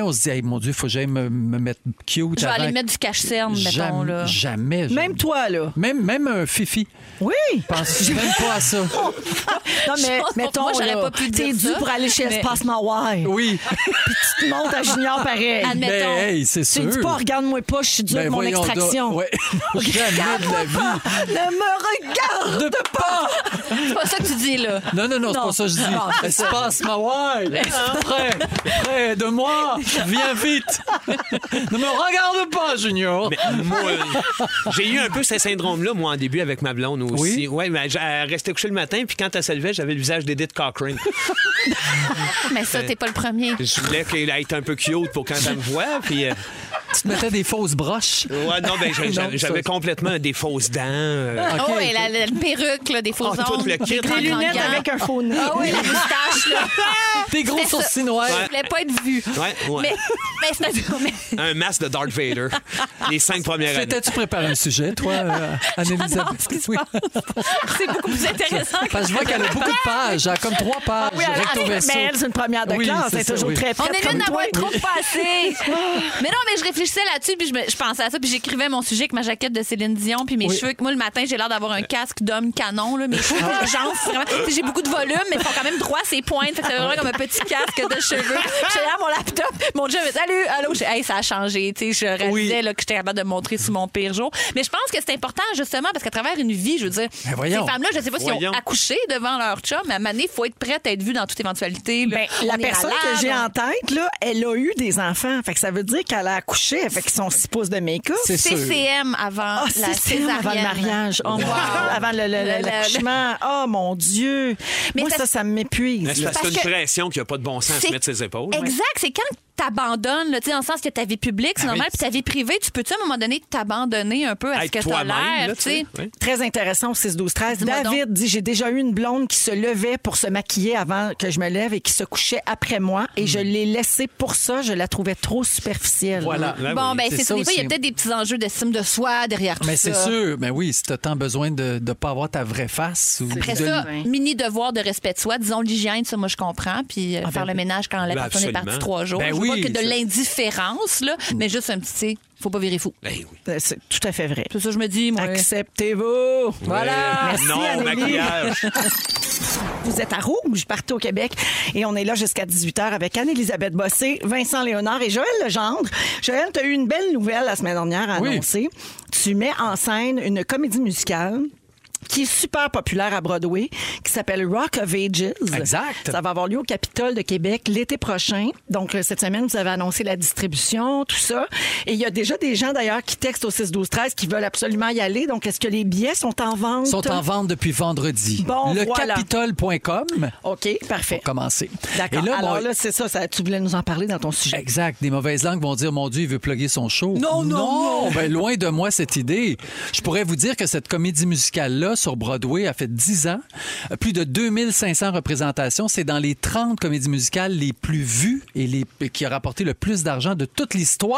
Non. on se dit, hey, mon Dieu, faut que j'aille me, me mettre cute. Je vais avant aller que- mettre du cache-cerne, mettons, Jamais, là. jamais, jamais. Même toi, là. Même, même un fifi. Oui. Pense même pas à ça. Non, mais Je pense- mettons, moi, j'aurais là, pas pu t'es dire dû ça, pour aller chez mais- Espace Mawai. Oui. Tu te montes à Junior pareil. Admettons. Ben, hey, c'est Tu sûr. dis pas, regarde-moi pas, je suis dû Ben, pour mon voyons donc. extraction. Ouais. Jamais de la vie. Ne me regarde De pas. C'est pas ça que tu dis, là. Non, non, non, c'est pas ça que je dis. Espace Mawai, près, près de moi, viens vite. ne me regarde pas, Junior. Mais moi, euh, j'ai eu un peu ce syndrome-là, moi, en début, avec ma blonde Oui? aussi. Ouais, mais elle restait couchée le matin, puis quand elle se levait, j'avais le visage d'Edith Cochrane. Mais ça, t'es pas le premier. Je voulais qu'elle ait été un peu cute pour quand elle me voit, puis... euh, tu te mettais des fausses broches. ouais, non, ben, j'ai- Non, j'avais, j'avais ça- complètement des fausses dents. euh, OK. Oh, et la, la perruque, là, des faux Ah, tout ongles, le kit. des grands Des Lunettes gants. avec un faux nez. Ah oui, la Ah moustache, là. Tes gros C'était ça. sourcils noirs. Je voulais pas être vue. Ouais, ouais. Mais, mais c'est mais- Un masque de Darth Vader. Les cinq premières années. T'étais-tu préparé un sujet, toi, euh, J'adore Anne-Elisabeth? ce qui se Oui. passe. C'est beaucoup plus intéressant. Parce que je vois qu'elle a beaucoup de pages. Elle a comme trois pages. Ah Oui, elle- recto elle- verso. mais elle, c'est une première de Oui, classe. c'est Elle est ça, toujours oui. très On prête est là comme toi. Ah. d'avoir trop passé. mais non, mais je réfléchissais là-dessus, puis je, me- je pensais à ça, puis j'écrivais mon sujet avec ma jaquette de Céline Dion, puis mes Oui. cheveux. Moi, le matin, j'ai l'air d'avoir un Euh. casque d'homme canon, là, mes cheveux Ah. d'urgence. vraiment. Tu sais, J'ai beaucoup de volume, mais ils font quand même droit ses pointes. Fait que c'est vraiment comme un petit casque de cheveux. J'étais derrière mon laptop, mon Dieu, salut, allô, j'ai- hey, ça a changé. Tu sais, je réalisais là, que j'étais capable de me montrer sous mon pire jour. Mais je pense que c'est important, justement, parce qu'à travers une vie, je veux dire, Mais ces voyons. femmes-là, je sais pas si ont Voyons. accouché devant leur chum, mais à un moment donné, il faut être prête à être vue dans toute éventualité. là. Ben, On la est personne malade, que j'ai on- en tête, là, elle a eu des enfants. Fait que ça veut dire qu'elle a accouché avec son 6 pouces de make-up. C'est sûr. CCM avant Ah, la c'est ça, césarienne. avant le mariage. Oh, mon Dieu. Avant le- le- Le- le- le- l'accouchement. Oh mon Dieu. Mais Moi, ça- ça, ça Mais c'est m'épuise. là. parce que Parce c'est une que- pression qu'il n'y a pas de bon sens à se mettre ses épaules. Exact, c'est quand t'abandonnes, là, tu sais, dans le sens que ta vie publique, c'est normal, oui. puis ta vie privée, tu peux-tu à un moment donné t'abandonner un peu à ce Être que t'as toi-même, l'air, là, tu sais? Ouais. Très intéressant au 6-12-13. Dis-moi David dit J'ai déjà eu une blonde qui se levait pour se maquiller avant que je me lève et qui se couchait après moi. Et Hmm. je l'ai laissée pour ça. Je la trouvais trop superficielle. Voilà. Ben bon, oui. ben, c'est c'est ça des fois, il y a aussi. peut-être des petits enjeux d'estime de soi derrière tout Mais ça. c'est sûr. Mais oui, si t'as tant besoin de ne pas avoir ta vraie face. Ou Après de- ça, mini devoir de respect de soi, disons l'hygiène, ça moi je comprends, puis euh, Ah, faire le ménage quand la Ben, personne est partie absolument. trois jours. Ben je veux oui, pas que de ça- l'indifférence, là, mais juste un petit, tu sais, faut pas virer fou. Ben oui. Euh, C'est tout à fait vrai. C'est ça que je me dis, moi. Acceptez-vous. Ouais. Merci, non, Amélie. maquillage. Vous êtes à Rouge, partout au Québec. Et on est là jusqu'à 18h avec Anne-Élisabeth Bossé, Vincent Léonard et Joël Legendre. Joël, tu as eu une belle nouvelle la semaine dernière à Oui. annoncer. Tu mets en scène une comédie musicale qui est super populaire à Broadway, qui s'appelle Rock of Ages. Exact. Ça va avoir lieu au Capitole de Québec l'été prochain. Donc, euh, cette semaine, vous avez annoncé la distribution, tout ça. Et il y a déjà des gens, d'ailleurs, qui textent au 6-12-13 qui veulent absolument y aller. Donc, est-ce que les billets sont en vente? sont en vente depuis vendredi. Bon, le voilà. Capitole.com OK, parfait. pour commencer. D'accord. Et là, Alors bon, là, c'est ça, ça- Tu voulais nous en parler dans ton sujet. Exact. Des mauvaises langues vont dire Mon Dieu, il veut plugger son show. Non, non, non. Ben, loin de moi cette idée. Je pourrais vous dire que cette comédie musicale-là sur Broadway a fait 10 ans, euh, plus de 2500 représentations. C'est dans les 30 comédies musicales les plus vues et les, et qui a rapporté le plus d'argent de toute l'histoire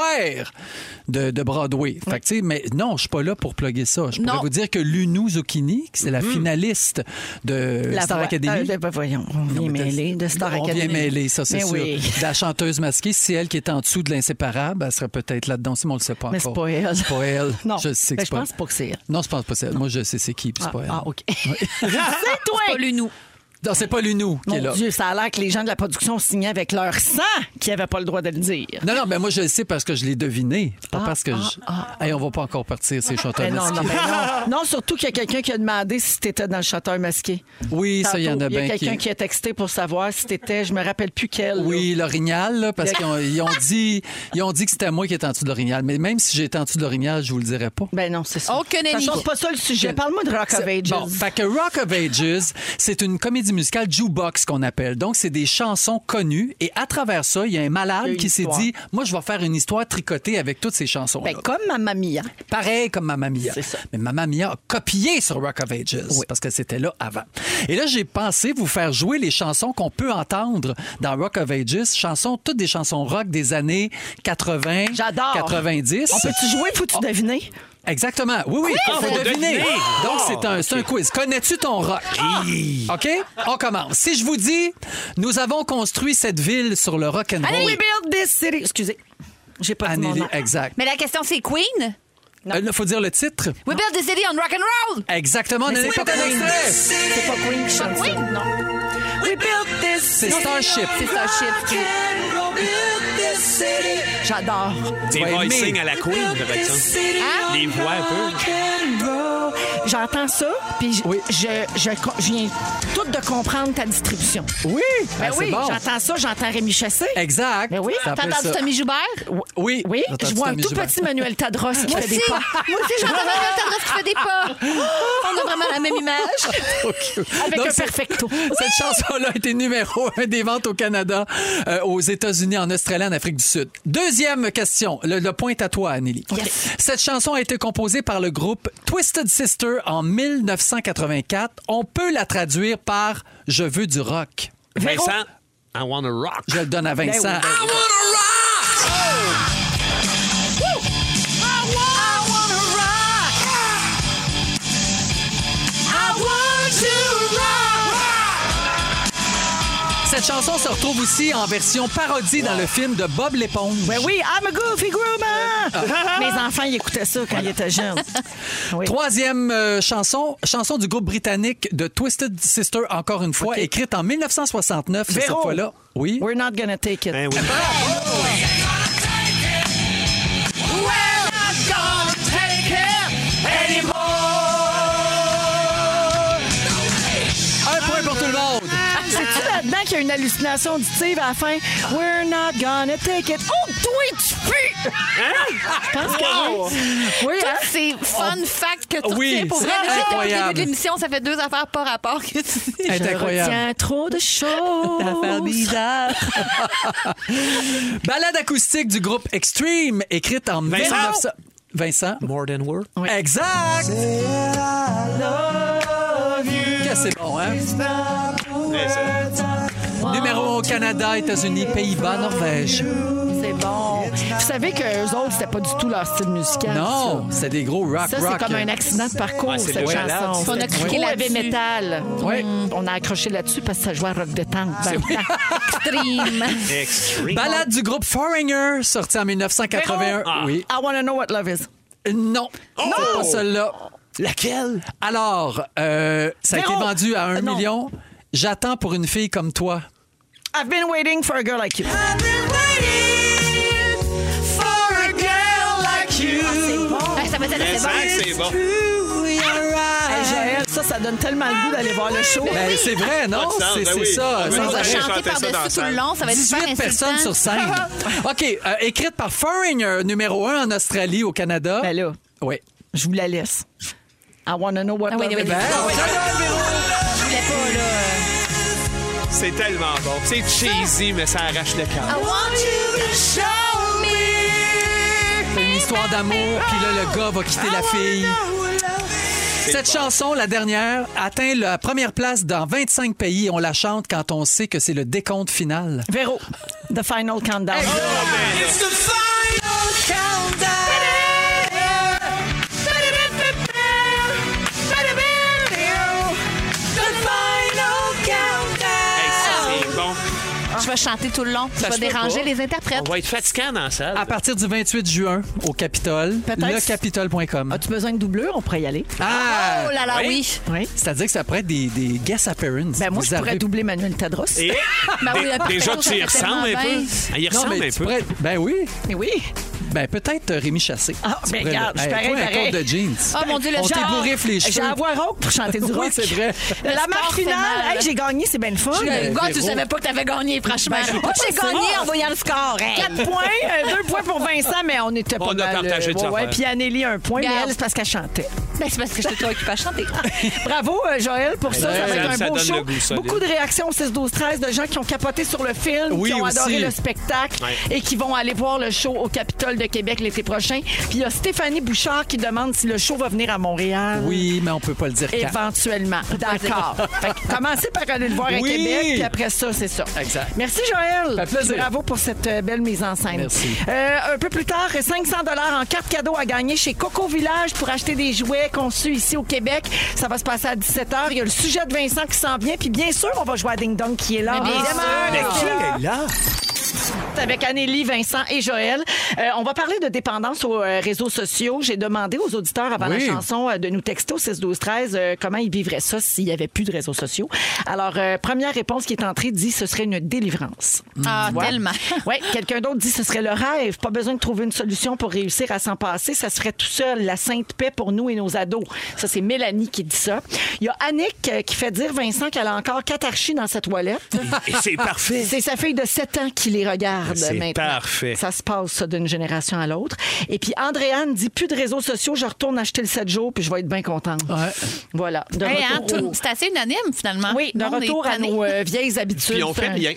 de, de Broadway. Mm. Fait que, tu sais, mais non, je suis pas là pour plugger ça. Je pourrais Non. vous dire que Lunou Zucchini, qui c'est la finaliste de Star Mm-hmm. voix- Academy. Euh, de- bah, voyons, on vient Non, mais t'as- mêler de Star on Academy. vient mêler, ça, c'est Mais sûr. oui. De La chanteuse masquée, si elle qui est en dessous de l'inséparable, elle serait peut-être là-dedans, si on le sait pas Mais c'est encore. pas elle. C'est pas elle. Non. Je sais que Ben, c'est je pense pas que c'est elle. Non, je pense pas que c'est elle. Moi, je sais c'est qui, puis c'est Ah, pas elle. ah, OK. c'est toi! Pas lui, nous. Non, c'est pas Lunou qui est Mon là. Dieu, ça a l'air que les gens de la production signaient avec leur sang qu'ils n'avaient pas le droit de le dire. Non, non, mais moi, je le sais parce que je l'ai deviné. Pas parce que je. Hey, on va pas encore partir, ces chanteurs Ah, Mais non, non, masqués. mais non. Non, surtout qu'il y a quelqu'un qui a demandé si t'étais dans le chanteur masqué. Oui, ça, il y en Tantôt, a Il y bien a quelqu'un qui. qui... a texté pour savoir si t'étais, je me rappelle plus quel. Oui, l'orignal, là, parce qu'ils ont, ils ont dit, ils ont dit que c'était moi qui étais en dessous de l'orignal. Mais même si j'étais en dessous de l'orignal, je vous le dirais pas. Ben non, c'est ça. Oh, que De toute nenni. façon, c'est pas ça le sujet. Parle-moi de Rock of C'est- Ages. Bon, fait que Rock of Ages, c'est une comédie musicale jukebox qu'on appelle. Donc, c'est des chansons connues et à travers ça, il y a un Il y a malade une qui s'est histoire. dit, moi, je vais faire une histoire tricotée avec toutes ces chansons. Ben, comme Mamma Mia. Pareil comme Mamma Mia. C'est ça. Mais Mamma Mia a copié sur Rock of Ages parce que c'était là avant. Et là, j'ai pensé vous faire jouer les chansons qu'on peut entendre dans Rock of Ages, chansons, toutes des chansons rock des années 80, J'adore. 90. On peut-tu jouer? Faut-tu Oh. deviner? Exactement. Oui, oui, il Faut faut deviner. deviner. Donc, Ah, c'est un, c'est un quiz. Connais-tu ton rock? OK? On commence. Si je vous dis, nous avons construit cette ville sur le rock and Allez, roll. rebuild this city. Excusez. J'ai pas dit mon nom. exact. Mais la question, c'est Queen? Euh, Il faut dire le titre. We built the city on rock and roll! Exactement. on c'est en a pas un Queen. extrait. C'est pas Queen qui chante ça. Queen? Non. We built this. C'est Starship. C'est ça, shit. J'adore. Des vas voicings aimer. à la queen, par exemple. Les voix un peu. J'entends ça, puis je, Oui. je, je, je viens tout de comprendre ta distribution. Oui. Ben Ah, c'est oui, bon. j'entends ça, j'entends Rémi Chassé. Exact. Ben oui. Ça T'as appelle entendu ça. Tommy Joubert? Oui. Oui, Attends, je vois un Tommy tout Joubert. petit Manuel Tadros qui Moi fait aussi, des hein. pas. moi aussi j'entends Manuel Tadros qui fait des pas. Oh, On a vraiment la même image. OK. Avec Donc, un c'est- perfecto. Cette chanson-là a été numéro un des ventes au Canada, euh, aux États-Unis, en Australie, en Afrique du Sud. Deuxième question. Le, le point est à toi, Anneli. Cette chanson a été composée par le groupe Twisted Sister en 1984. On peut la traduire par Je veux du rock. Vincent, I Wanna Rock. Je le donne à Ben Vincent. I wanna rock! Cette chanson se retrouve aussi en version parodie dans le film de Bob l'éponge. Ben oui, I'm a goofy groomer! Ah. Mes enfants, ils écoutaient ça quand ils étaient jeunes. Oui. Troisième euh, chanson, chanson du groupe britannique de Twisted Sister, encore une fois, écrite en 1969. c'est Véro. Cette fois-là, oui. We're not gonna take it. Ben oui. Un point pour tout le monde. C'est-tu là-dedans qu'il y a une hallucination auditive à la fin? We're not gonna take it. Oh, toi, tu pues! Hein? Je pense que oui. Oui, hein? Tous ces fun facts que tu Oui, retiens pour c'est vrai. Là, j'étais au incroyable. début de l'émission, ça fait deux affaires par rapport que tu dis. Elle est incroyable. Tiens, trop de choses. Balade acoustique du groupe Extreme, écrite en Vincent. 1900. Vincent. More than word. Exact. Que c'est bon, hein? Numéro au Canada, États-Unis, Pays-Bas, Norvège. C'est bon. Vous savez qu'eux autres, c'était pas du tout leur style musical. Non, c'est des gros rock Ça, Ça, rock. c'est comme un accident de parcours, Ouais, Ah, c'est cette le malade. chanson. On a cliqué Trop heavy là-dessus. metal. Ouais. Mm. On a accroché là-dessus parce que ça jouait à rock de temps. Extreme. Extreme. Balade du groupe Foreigner, sorti en 1981. Ah. Oui. I wanna know what love is. Euh, Non, c'est pas celle-là. Oh! Laquelle? Alors, euh, ça a été Véro. vendu à Euh, 1 non. million. J'attends pour une fille comme toi. I've been waiting for a girl like you. Hey, ça me donne- c'est bon. Exact, Ah, c'est bon. Hey, Joël, ça, ça donne tellement le goût d'aller voir le show. Euh, Ben, c'est vrai, non? Pas de sens, C'est ben c'est oui. ça. Ah oui, sans On va oui. arrêt. chanter chanter ça dans la par-dessus tout salle. le long, ça va être super 18 personnes insultant. sur scène. OK, euh, écrite par Foreigner, numéro 1 en Australie, au Canada. Ben là, Oui. je vous la laisse. I wanna know what Ah oui, love oui, is. oui. Ben, Je voulais pas, là. C'est tellement bon. C'est cheesy, mais ça arrache le cœur. c'est une histoire d'amour, puis là, le gars va quitter la fille. Cette bon. chanson, la dernière, atteint la première place dans 25 pays. On la chante quand on sait que c'est le décompte final. Véro, The Final Countdown. oh, Hey, Ah. ça, c'est bon. Je vais chanter tout le long. Tu Ça vas se peut déranger pas. les interprètes. On va être fatigant dans la salle. À partir du 28 juin, au Capitole, Peut-être- Ah, lecapitole.com. As-tu besoin de doublure? On pourrait y aller. Ah! Oh là là, oui. Oui. C'est-à-dire que ça pourrait être des, des guest appearances. Ben moi, Vous je pourrais avez- doubler Manuel Tadros. Et Ben oui, le déjà parcours, que tu y ça fait ressembles un tellement peu. bien. Ah, Il Non, ressemble mais un tu peu. pourrais- Ben oui. Mais oui. Ben peut-être euh, Rémi Chassé. Ah, Tu ben pourrais le- regarde, je suis Hey, pareil, toi, un pareil. Ah. cours de jeans. Oh mon Dieu, le On t'est genre. bourré les cheveux. J'ai à voix rauque pour chanter du Oui, rock. c'est vrai. Euh, La sport marque fait mal. finale, hey, j'ai gagné, c'est bien le fun. Le gars, tu Véro. savais pas que t'avais gagné, franchement. Ben, j'ai Moi, j'ai pas gagné ça. en voyant le score. hey. 4 points, 2 points pour Vincent, mais on était pas On a mal. partagé euh, des ouais, ouais. affaires. Puis Anneli, un point, mais Garde. elle, c'est parce qu'elle chantait. Ben, c'est parce que j'étais trop occupée à chanter. Bravo, euh, Joël, pour ça. ça ouais, va être un ça beau donne show. le goût, ça, Beaucoup de réactions au 6-12-13 de gens qui ont capoté sur le film, Oui, qui ont aussi. adoré le spectacle Ouais. et qui vont aller voir le show au Capitole de Québec l'été prochain. Puis il y a Stéphanie Bouchard qui demande si le show va venir à Montréal. Oui, mais on peut pas le dire ben, quand. Éventuellement. D'accord. Fait que commencez par aller le voir à Oui. Québec, puis après ça, c'est ça. Exact. Merci, Joël. Ça fait plaisir. Puis Bravo pour cette euh, belle mise en scène. Merci. Euh, un peu plus tard, 500 en carte cadeau à gagner chez Coco Village pour acheter des jouets conçus ici au Québec. Ça va se passer à 17h. Il y a le sujet de Vincent qui s'en vient. Puis bien sûr, on va jouer à Ding Dong qui est là. Mais bien Évidemment, sûr. qui est là. là? Avec Anélie, Vincent et Joël. Euh, on va parler de dépendance aux euh, réseaux sociaux. J'ai demandé aux auditeurs avant Oui. la chanson euh, de nous texter au 6 12 13 comment ils vivraient ça s'il n'y avait plus de réseaux sociaux. Alors, euh, première réponse qui est entrée dit ce serait une délivrance. Ah, tellement. Oui, quelqu'un d'autre dit ce serait le rêve. Pas besoin de trouver une solution pour réussir à s'en passer. Ça serait tout seul, la sainte paix pour nous et nos ados. Ça, c'est Mélanie qui dit ça. Il y a Annick euh, qui fait dire, Vincent, qu'elle a encore quatre archis dans sa toilette. Et c'est parfait. C'est sa fille de 7 ans qui les regarde C'est maintenant. parfait. Ça se passe ça, d'une génération à l'autre. Et puis Andréane dit plus de réseaux sociaux, je retourne acheter le 7 jours puis je vais être bien contente. Ouais. Voilà. De Hey, hein, retour tout- au- C'est assez unanime, finalement. Oui, de Non, on est retour à tanné. nos euh, vieilles habitudes. Euh, Puis on fait rien.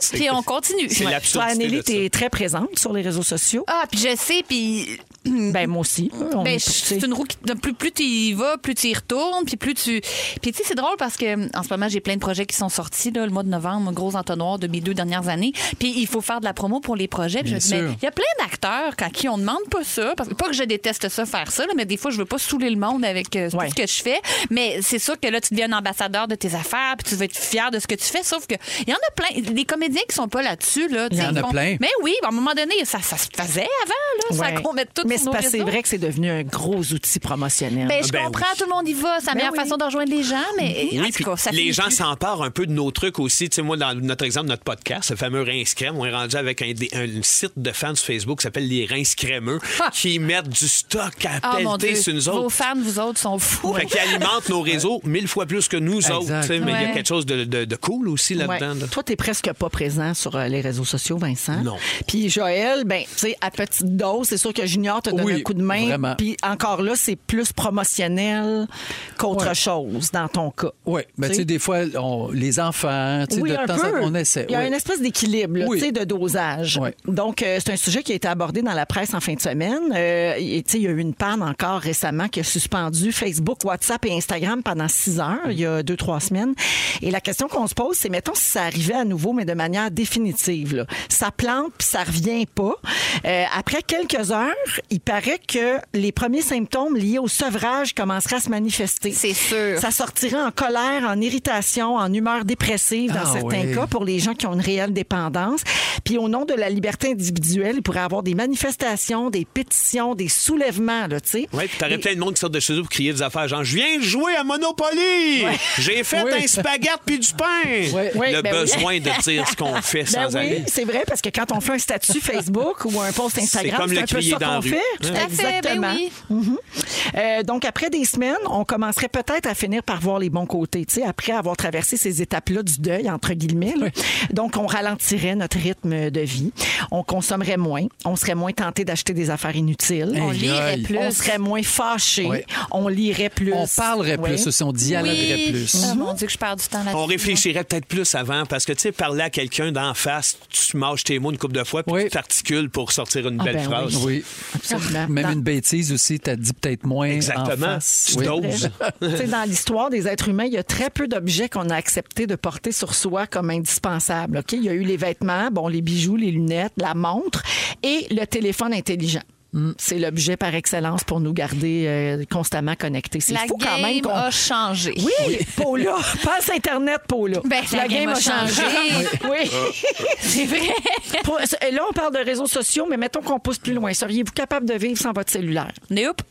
C'est- Puis on continue. C'est Ouais. Toi, l'absurdité de Anneli, ça. t'es très présente sur les réseaux sociaux. Ah, puis je sais, puis Ben, moi aussi. On Mm. Ben, est c'est poussés. une roue qui. Plus, plus tu y vas, plus tu y retournes, puis plus tu. Puis tu sais, c'est drôle parce que hum, en ce moment, j'ai plein de projets qui sont sortis, là, le mois de novembre, un gros entonnoir de mes deux dernières années. Puis il faut faire de la promo pour les projets. Puis Bien je me dis, mais sûr. il y a plein d'acteurs à qui on demande pas ça. Parce que, pas que je déteste ça, faire ça, là, mais des fois, je veux pas saouler le monde avec euh, Ouais. tout ce que je fais. Mais c'est sûr que là, tu deviens un ambassadeur de tes affaires, puis tu veux être fier de ce que tu fais. Sauf que il y en a plein. Les comédiens qui sont pas là-dessus, là. tu Il y sais, en ils a font- plein. Mais oui, à un moment donné, ça, ça se faisait avant, là. Ça Ouais. qu'on mette tout Mais sur c'est nos parce que c'est réseaux. vrai que c'est devenu un gros outil promotionnel. Ben, je Ben comprends, tout le monde y va. C'est la meilleure oui. façon de rejoindre les gens, mais en Oui, tout puis cas, ça les finit gens plus. s'emparent un peu de nos trucs aussi. Tu sais, moi, dans notre exemple, notre podcast, le fameux Rince Crème, on est rendu avec un, des- un site de fans sur Facebook qui s'appelle les Rince Crémeux, Ah! qui mettent du stock à Ah mon pelleter Dieu, sur nous vos autres. fans, vous autres, sont fous. Fait qu'ils alimentent nos réseaux mille fois plus que nous autres. tu sais, Mais il y a Ouais. quelque chose de, de- de cool aussi Ouais. là-dedans. là. Toi, t'es presque pas présent sur euh, les réseaux sociaux, Vincent. Non. Puis Joël, ben, tu sais, à petite dose, c'est sûr que Junior te donne Oui, un coup de main. vraiment. Puis encore là, c'est plus promotionnel qu'autre Ouais. chose dans ton cas. Oui, Tu mais ben, tu sais. sais, des fois, on, les enfants, tu sais, Oui, de un temps en peu. temps, on essaie. Il y a oui. une espèce d'équilibre, là, Oui. tu sais, de dosage. Ouais. Donc, euh, c'est un sujet qui a été abordé dans la presse en fin de semaine. Euh, et, tu sais, il y a eu une panne encore récemment qui a suspendu Facebook, WhatsApp et Instagram pendant six heures, il y a deux, trois semaines. Et la question qu'on se pose, c'est, mettons, si ça arrivait à nouveau, mais de manière définitive, là. ça plante puis ça revient pas. Euh, après quelques heures, il paraît que les premiers symptômes liés au sevrage commenceraient à se manifester. C'est sûr. Ça sortirait en colère, en irritation, en humeur dépressive dans Ah certains oui. cas pour les gens qui ont une réelle dépendance. Puis au nom de la liberté individuelle, il pourrait y avoir des manifestations, des pétitions, des soulèvements, là, tu sais. Oui, puis t'aurais Et- plein de monde qui sort de chez eux pour crier des affaires genre « Je viens de jouer à Monopoly! J'ai fait Oui. un spaghette puis du pain! Oui, Le ben oui. besoin de dire ce qu'on fait Ben sans oui, aller. c'est vrai, parce que quand on fait un statut Facebook ou un post Instagram, comme c'est le un peu crier ça dans la qu'on rue. fait. Tout à fait, ben oui. Mhm. Euh, donc, après des semaines, on commencerait peut-être à finir par voir les bons côtés, tu sais, après avoir traversé ces étapes-là du deuil, entre guillemets. là. Donc, on ralentirait notre rythme de vie. On consommerait moins. On serait moins tenté d'acheter des affaires inutiles. Hey, On lirait aïe. plus. On serait moins fâché. Ouais. On lirait plus. On parlerait Ouais. plus aussi, on dialoguerait Oui. plus. Ah, mon Dieu, que je perds du temps là-dessus. On réfléchirait peut-être plus avant parce que, tu sais, parler à quelqu'un d'en face, tu mâches tes mots une coupe de fois puis Oui. tu t'articules pour sortir une Ah, belle ben phrase. Oui. Absolument. Même Dans- une bêtise aussi, t'as dit peut-être moins. en Exactement. face. Tu Oui. doses. Tu sais, dans l'histoire des êtres humains, il y a très peu d'objets qu'on a accepté de porter sur soi comme indispensables. OK? Il y a eu les vêtements, bon, les bijoux, les lunettes, la montre et le téléphone intelligent. Mm. C'est l'objet par excellence pour nous garder euh, constamment connectés. C'est La fou quand même game qu'on. a changé. Oui, Paula, passe Internet, Paula. Ben, la game a changé. oui. C'est vrai. Pour- là, on parle de réseaux sociaux, mais mettons qu'on pousse plus loin. Seriez-vous capable de vivre sans votre cellulaire? Nope.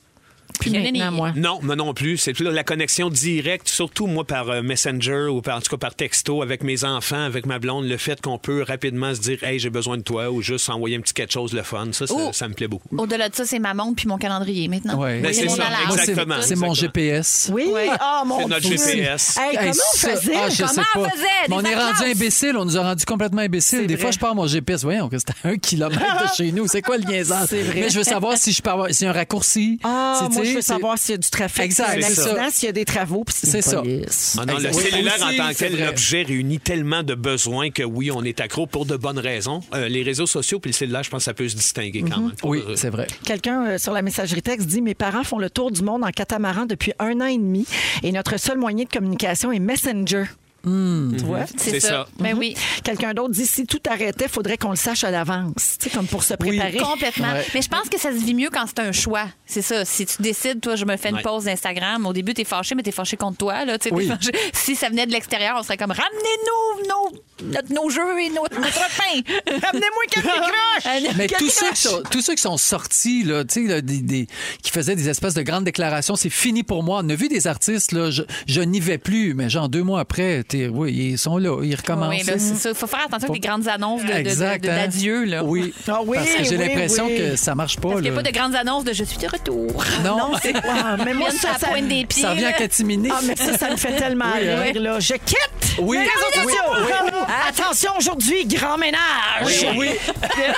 Puis maintenant, moi. Non, moi non plus. C'est plus la connexion directe, surtout moi par euh, Messenger ou par, en tout cas par texto avec mes enfants, avec ma blonde, le fait qu'on peut rapidement se dire Hey, j'ai besoin de toi ou juste envoyer un petit quelque chose, le fun. Ça, ça, Oh. ça me plaît beaucoup. Au-delà de ça, c'est ma montre puis mon calendrier maintenant. Ouais. Ben, Oui, c'est mon ça, alarme. Moi, c'est- Exactement, C'est mon exactement. GPS. Oui. Ah, mon C'est notre Dieu. GPS. Hey, Hey, comment on ça- faisait? Ah, je Comment sais on pas. faisait? Mais on Des est rendu atlas. imbéciles, on nous a rendu complètement imbéciles. Des vrai. fois, je pars mon GPS, voyons que c'était à un kilomètre de chez nous. C'est quoi le liaison? C'est vrai. Mais je veux savoir si je peux avoir, si un raccourci. Ah, si, tu moi, sais, je veux c'est- savoir s'il y a du trafic, Exact, s'il y a un c'est ça. accident, s'il y a des travaux, puis s'il y a une C'est ça. police. Ah non, le Oui, cellulaire aussi, en tant que c'est tel, vrai. l'objet réunit tellement de besoins que oui, on est accro pour de bonnes raisons. Euh, les réseaux sociaux puis le cellulaire, je pense que ça peut se distinguer quand même. Oui, Euh, c'est vrai. Quelqu'un euh, sur la messagerie texte dit Mes parents font le tour du monde en catamaran depuis un an et demi et notre seul moyen de communication est Messenger. Hmm. Tu vois? C'est ça. Mhm. Ben oui. Quelqu'un d'autre dit Si tout arrêtait, faudrait qu'on le sache à l'avance. Tu sais, comme pour se préparer. Complètement. Ouais. Mais je pense que ça se vit mieux quand c'est un choix. C'est ça. Si tu décides, toi, je me fais une Ouais. pause d'Instagram, au début, t'es fâché, mais t'es fâché contre toi. Là, Tu sais, Oui. t'es fâché. Si ça venait de l'extérieur, on serait comme ramenez-nous nos, notre- nos jeux et notre, notre Ah, pain. Ramenez-moi quelques croches. Mais Quelques tous ceux, qui croches. sont, tous ceux qui sont sortis, là, tu sais, là, des, des- qui faisaient des espèces de grandes déclarations, c'est fini pour moi. On a vu des artistes, là, je, je n'y vais plus, mais genre deux mois après, t'es- oui, ils sont là, ils recommencent. Oui, là, c'est ça. Faut faire attention avec les grandes annonces de- de- de- Exact, de- hein. d'adieu. là. Oui. Ah oui, Parce que j'ai oui, l'impression oui. que ça marche pas. Parce qu'il n'y a Oh là. pas de grandes annonces de je suis de retour. Non, Ah, Non, c'est quoi? Mais moi, Viens sur ça, la ça... pointe des pieds. ça revient à là. Catimini. Ah, mais Ah, ça, ça me fait tellement Oui, hein? rire, là. Je quitte! Oui, les réseaux oui, sociaux! oui. Attention aujourd'hui, grand ménage! Oui.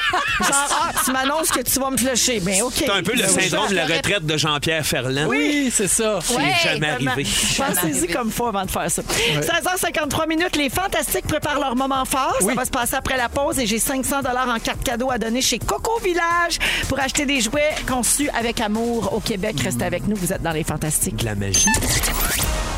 Genre, ah, tu m'annonces que tu vas me flusher. Ben, OK. C'est un peu le syndrome de la retraite de Jean-Pierre Ferland. Oui, c'est ça. Qui n'est jamais arrivé. Pensez-y comme faut avant de faire ça. 16h53 minutes, les Fantastiques préparent leur moment fort. Ça Oui. va se passer après la pause et j'ai 500 dollars en carte cadeau à donner chez Coco Village pour acheter des jouets conçus avec amour au Québec. Restez avec nous, vous êtes dans les Fantastiques. De la magie.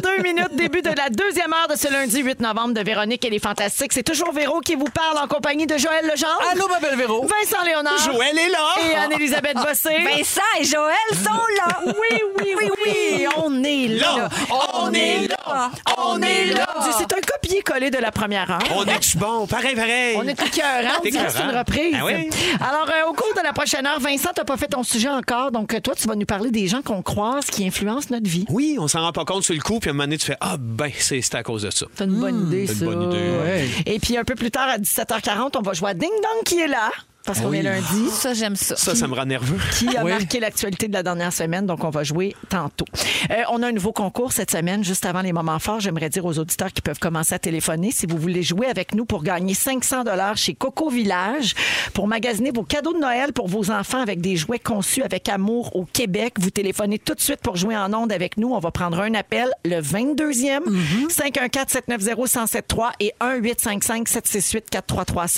17h02 minutes, début de la deuxième heure de ce lundi 8 novembre de Véronique et les Fantastiques. C'est toujours Véro qui vous parle en compagnie de Joël Legendre. Allô, Oh, ma belle Véro. Vincent Léonard. Joël est là! Et Anne-Elisabeth Bossé. Ah, Vincent et Joël sont là. Oui, oui, oui, oui, on est là. Là, on est là! On est là! C'est un copier-coller de la première heure. On est bon, pareil, pareil. On est tout cœur, hein? On dirait que c'est une Écœurant. reprise. Ah oui. Alors, euh, au cours de la prochaine heure, Vincent, t'as pas fait ton sujet encore, donc euh, toi, tu vas nous parler des gens qu'on croise qui influencent notre vie. Oui, on s'en rend pas compte sur le coup, puis à un moment donné, tu fais Ah, ben, c'est c'est à cause de ça. C'est une bonne idée, c'est une ça. bonne idée, ouais. Et puis, un peu plus tard, à 17h40, on va jouer à Ding Dong qui est là, parce qu'on est lundi. Ça, j'aime ça. Ça, ça me rend nerveux. qui a Oui. marqué l'actualité de la dernière semaine, donc on va jouer tantôt. Euh, on a un nouveau concours cette semaine, juste avant les moments forts. J'aimerais dire aux auditeurs qui peuvent commencer à téléphoner, si vous voulez jouer avec nous pour gagner 500 dollars chez Coco Village, pour magasiner vos cadeaux de Noël pour vos enfants avec des jouets conçus avec amour au Québec, vous téléphonez tout de suite pour jouer en ondes avec nous. On va prendre un appel le 22e, Mm-hmm. 514-790-1073 et 1-855-768-4336.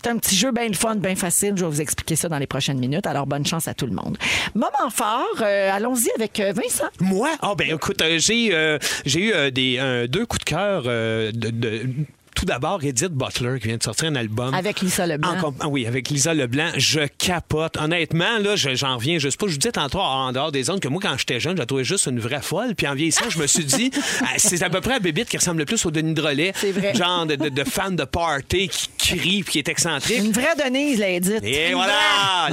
C'est un petit jeu bien le fun, bien facile. Je vais vous expliquer ça dans les prochaines minutes. Alors, bonne chance à tout le monde. Moment fort, euh, allons-y avec euh, Vincent. Moi? Ah, ben, écoute, euh, j'ai euh, j'ai eu euh, des, un- deux coups de cœur euh, de. de- tout d'abord, Edith Butler qui vient de sortir un album. Avec Lisa Leblanc. En comp- ah oui, avec Lisa Leblanc, je capote. Honnêtement, là, je- j'en reviens. Je sais pas, je vous dis tantôt en dehors des zones que moi, quand j'étais jeune, je la trouvais juste une vraie folle. Puis en vieillissant, je me suis dit, ah, c'est à peu près la bébite qui ressemble le plus au Denis Drolet. C'est vrai. Genre de, de- de fan de party qui crie puis qui est excentrique. Une vraie Denise, l'a dit. Et voilà!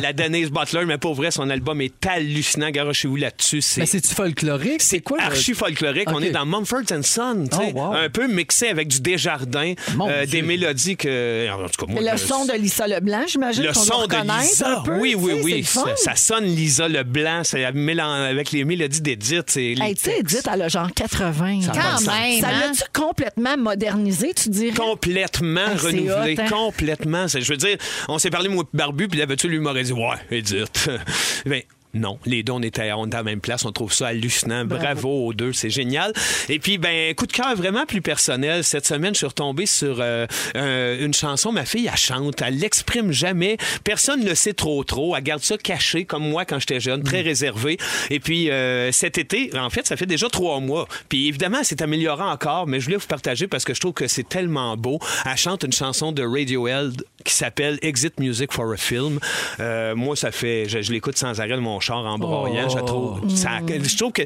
La Denise Butler, mais pour vrai, son album est hallucinant. Garochez-vous là-dessus. Mais C'est c'est-tu folklorique? c'est quoi archi folklorique. On Ok. est dans Mumford and Son, tu sais, Oh, wow. un peu mixé avec du Desjardins, Mon euh, Dieu. des mélodies que en tout cas moi, Mais le je- son de Lisa Leblanc, j'imagine. le qu'on doit son de reconnaître Lisa, un peu, oui, tu oui, sais, c'est oui. le fun. Ça, ça sonne Lisa Leblanc, c'est la mélan- avec les mélodies d'Edith. c'est les Hey, tu sais, textes. Edith, elle a genre 80. Ça a pas de Quand sens. même. Ça hein? l'a-tu complètement modernisé, tu dirais? Complètement Hey, c'est renouvelé, hot, hein? complètement. C'est- Je veux dire, on s'est parlé, moi, et Barbu, puis là-dessus, lui m'aurait dit Ouais, Edith. ben, non, les deux, on était, on était à la même place. On trouve ça hallucinant. Bravo, aux deux, c'est génial. Et puis, ben, coup de cœur vraiment plus personnel. Cette semaine, je suis retombé sur euh, euh, une chanson. Ma fille, elle chante. Elle l'exprime jamais. Personne ne le sait trop, trop. Elle garde ça caché, comme moi quand j'étais jeune, très réservé. Et puis, euh, cet été, en fait, ça fait déjà trois mois. Puis, évidemment, c'est amélioré encore, mais je voulais vous partager parce que je trouve que c'est tellement beau. Elle chante une chanson de Radiohead qui s'appelle Exit Music for a Film. Euh, moi, ça fait. Je, je l'écoute sans arrêt de mon char en broyant. Je, trouve, ça- je trouve que.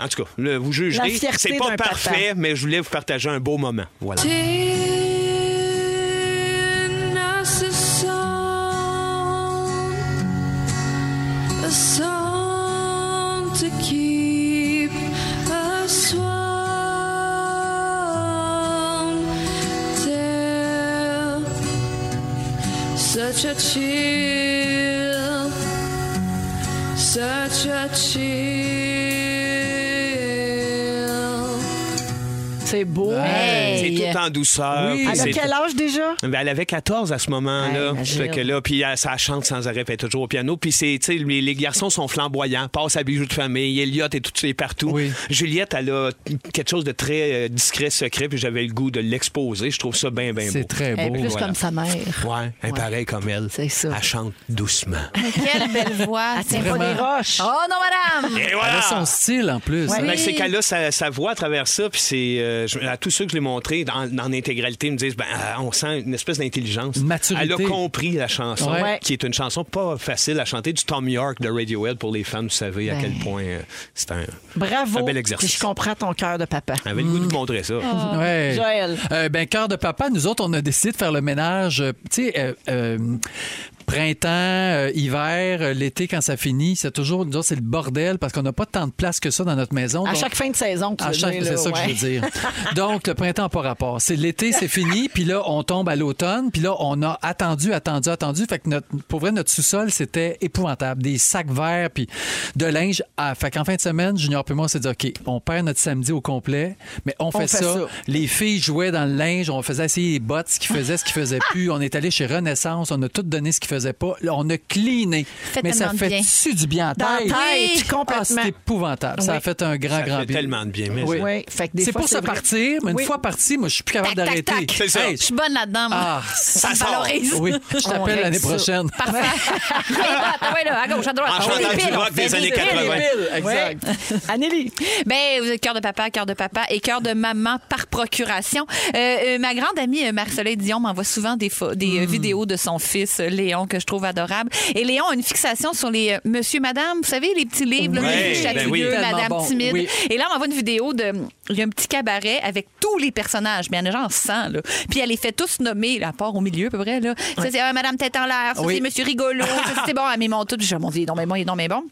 En tout cas, le- vous La jugerez. fierté C'est pas d'un papa. parfait, mais je voulais vous partager un beau moment. Voilà. In us a song, a song to keep us warm till such a chill, such a chill. C'est beau. C'est tout en douceur. Oui. puis Elle a c'est- quel âge déjà? Ben, elle avait 14 à ce moment-là. Ouais, fait que là, puis elle- ça chante sans arrêt, puis elle est toujours au piano. Puis c'est, tu sais, les, les garçons sont flamboyants, passent à bijoux de famille, Elliot est tout est partout. Oui. Juliette, elle a quelque chose de très euh, discret, secret, puis j'avais le goût de l'exposer. Je trouve ça bien, bien beau. C'est très Elle est beau. plus voilà. comme sa mère. Ouais, elle est pareille comme elle. C'est ça. Elle chante doucement. Quelle belle voix. Ah, C'est pas des roches. Ah. Oh non, madame! Et Elle voilà! a son style en plus. Ben, c'est qu'elle a sa, sa voix à travers ça, puis c'est euh, je- à tous ceux que je l'ai montré dans, dans l'intégralité ils me disent ben, euh, on sent une espèce d'intelligence. Une maturité. Elle a compris la chanson, Ouais. qui est une chanson pas facile à chanter du Tom York de Radiohead pour les fans. Vous savez Ben. à quel point euh, c'est un. Bravo. Un bel exercice. Puis je comprends ton cœur de papa. J'avais le goût de Mm. vous montrer ça. Ouais. Joël. Euh, ben, cœur de papa, nous autres, on a décidé de faire le ménage, euh, tu sais, euh, euh, printemps, euh, hiver, euh, l'été, quand ça finit, c'est toujours, nous autres, c'est le bordel parce qu'on n'a pas tant de place que ça dans notre maison. À Donc, chaque fin de saison, tu à veux chaque- dire, Ah, c'est là, ça que ouais. je veux dire. Donc, le printemps n'a pas rapport. C'est l'été, c'est fini, puis là, on tombe à l'automne, puis là, on a attendu, attendu, attendu. Fait que notre, pour vrai, notre sous-sol, c'était épouvantable. Des sacs verts, puis de linge. Ah, fait qu'en fin de semaine, Junior puis moi, on s'est dit, OK, on perd notre samedi au complet, mais on fait, fait ça. ça. Les filles jouaient dans le linge, on faisait essayer les bottes, ce qu'ils faisaient, ce qu'ils faisaient plus. On est allé chez Renaissance, on a tout donné ce qu'ils faisaient pas. Là, on a cleané. fait mais ça tellement de fait bien. dessus du bien à Dans la tête. tête, Oui. complètement. Ah, c'est épouvantable. Ça a Oui. fait un grand, Ça grand fait bien. tellement de bien, mais Oui. ça- Oui, fait que des C'est fois, pour se c'est vrai. partir, mais une Oui. fois parti, moi, je suis plus capable Tac, tac, d'arrêter. tac. C'est ça. Je suis bonne là-dedans, moi. ah, ça me valorise. Oui, je On t'appelle règle l'année ça. prochaine. Ah ouais, là, à gauche, à droite. En On chantant est du pile, on rock fait des années pile. 80. Exact. Anneli, Ben, euh, cœur de papa, cœur de papa et cœur de maman par procuration. Euh, euh, ma grande amie euh, Marie-Soleil Dion m'envoie souvent des, fo- des euh, vidéos de son fils euh, Léon que je trouve adorable. Et Léon a une fixation sur les euh, Monsieur, Madame, vous savez les petits livres, là, Oui, Monsieur ben Chatouilleux, oui. Madame Tellement bon, Timide. oui. Et là, on m'envoie une vidéo de il y a un petit cabaret avec tous les personnages, mais il y en a genre 100 là. Puis elle les fait tous nommer, là, à part au milieu à peu près là. Ça c'est euh, Madame tête en l'air, ça Oui. c'est Monsieur rigolo, ça c'est bon, Ah, elle m'émonte tout. Je dis, mon Dieu, il est donc bien bon, il est donc bien bon.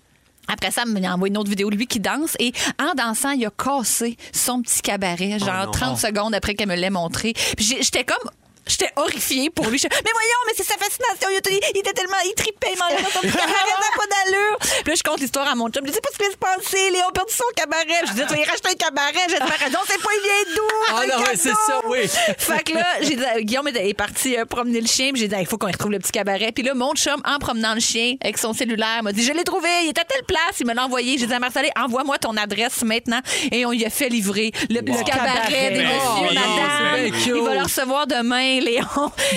Après ça, il m'a envoyé une autre vidéo de lui qui danse et en dansant, il a cassé son petit cabaret, genre 30 secondes après qu'elle me l'ait montré. Puis j'ai- j'étais comme. J'étais horrifiée pour lui. Je- Mais voyons, mais c'est sa fascination. Il, était- il était tellement. Il tripait, il mangeait son petit cabaret, ça n'a pas d'allure. Puis là, je compte l'histoire à mon chum. Je dis, pas ce qui se passer. Léon a perdu son cabaret. Je dis, tu vas y racheter un cabaret. J'ai dit, raison, c'est pas, il vient d'où? Ah Un non, ouais, c'est cadeau! ça, oui. Fait que là, j'ai dit, euh, Guillaume est est parti euh, promener le chien. puis J'ai dit, Ah, il faut qu'on retrouve le petit cabaret. Puis là, mon chum, en promenant le chien avec son cellulaire, m'a dit, je l'ai trouvé. Il est à telle place. Il me l'a envoyé. J'ai dit à Marcelé, envoie-moi ton adresse maintenant. Et on lui a fait livrer le petit cabaret, cabaret. des Ben messieurs, oui, madame. Ah, c'est bien Il va cute. le recevoir demain, Léon.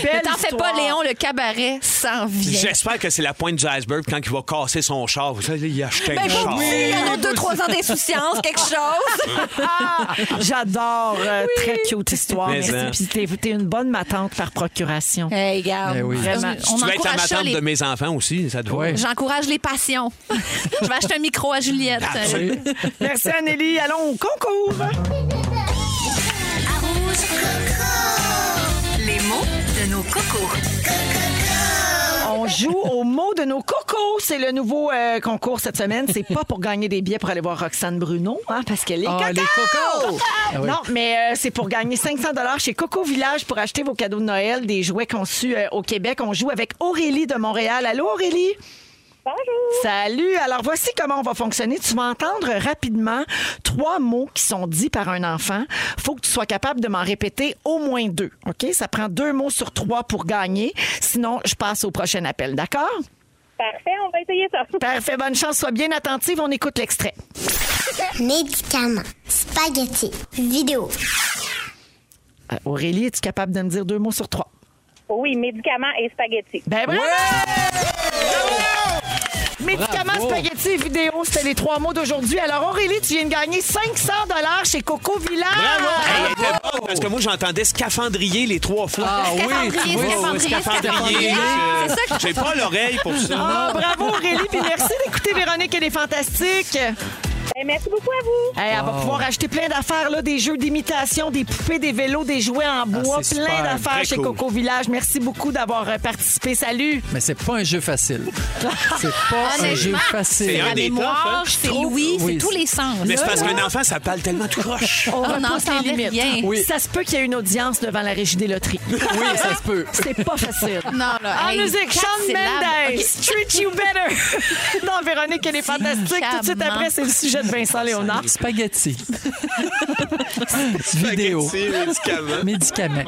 Belle Ne t'en fais pas, histoire. Léon, le cabaret s'en vient. J'espère que c'est la pointe du iceberg quand il va casser son char. Vous savez, il a acheté un Ben, char. faut dire, il y en a deux, trois ans d'insouciance, quelque chose. Ah, j'adore. euh, Très cute histoire. Mais, Merci. hein. Puis t'es, t'es une bonne matante par procuration. Hey, garde. Ben oui. Vraiment. On Tu vas être la encourage ça, matante les- de mes enfants aussi, ça te va? Ouais. J'encourage les passions. Je vais acheter un micro à Juliette. euh, Absolument. Merci, Anneli. Allons au concours. Les mots de nos cocos. On joue au mot de nos cocos. C'est le nouveau euh, concours cette semaine. C'est pas pour gagner des billets pour aller voir Roxane Bruno, hein, parce qu'elle est Ah, cocos. les cocos! Ah oui. Non, mais euh, c'est pour gagner 500 chez Coco Village pour acheter vos cadeaux de Noël, des jouets conçus euh, au Québec. On joue avec Aurélie de Montréal. Allô, Aurélie? Salut. Alors voici comment on va fonctionner. Tu vas entendre rapidement trois mots qui sont dits par un enfant. Faut que tu sois capable de m'en répéter au moins deux. Ok Ça prend deux mots sur trois pour gagner. Sinon, je passe au prochain appel. D'accord Parfait, on va essayer ça. Parfait. Bonne chance. Sois bien attentive. On écoute l'extrait. Médicaments, spaghetti, vidéo. Euh, Aurélie, es-tu capable de me dire deux mots sur trois Oui, médicaments et spaghetti. Ben bravo! Médicaments, Bravo! spaghettis et vidéo, c'était les trois mots d'aujourd'hui. Alors Aurélie, tu viens de gagner 500 chez Coco Village. Bravo! Ah! Hey, elle était bonne, parce que moi, j'entendais scaphandrier les trois fois. Ah oui, tu vois, Oh, scaphandrier. scaphandrier. je- J'ai pas l'oreille pour ça. Ah, bravo Aurélie, puis merci d'écouter Véronique, elle est fantastique. Hey, Ben, merci beaucoup à vous. elle va pouvoir acheter plein d'affaires, là, des jeux d'imitation, des poupées, des vélos, des jouets en bois, c'est plein super, d'affaires Ah, très chez cool. Coco Village. Merci beaucoup d'avoir euh, participé. Salut! mais c'est pas un jeu facile. C'est pas un Honnêtement, jeu c'est facile. un La des toughs, hein. mémoire, c'est Louis, oui, c'est tous c'est- les sens. Mais c'est Là, parce là, qu'un enfant, ça parle tellement tout croche. On On repousse n'entendait les limites. rien. Oui. Ça se peut qu'il y ait une audience devant la régie des loteries. Oui, ça se peut. C'est pas facile. Non, là, En hey, musique, quatre Ah, Sean syllabes. Mendes, Treat You Better. non, Véronique, elle est fantastique. Tout de suite Sacrement. après, c'est le sujet de Vincent Léonard. Spaghetti. Vidéo. Spaghetti, médicaments. Médicament.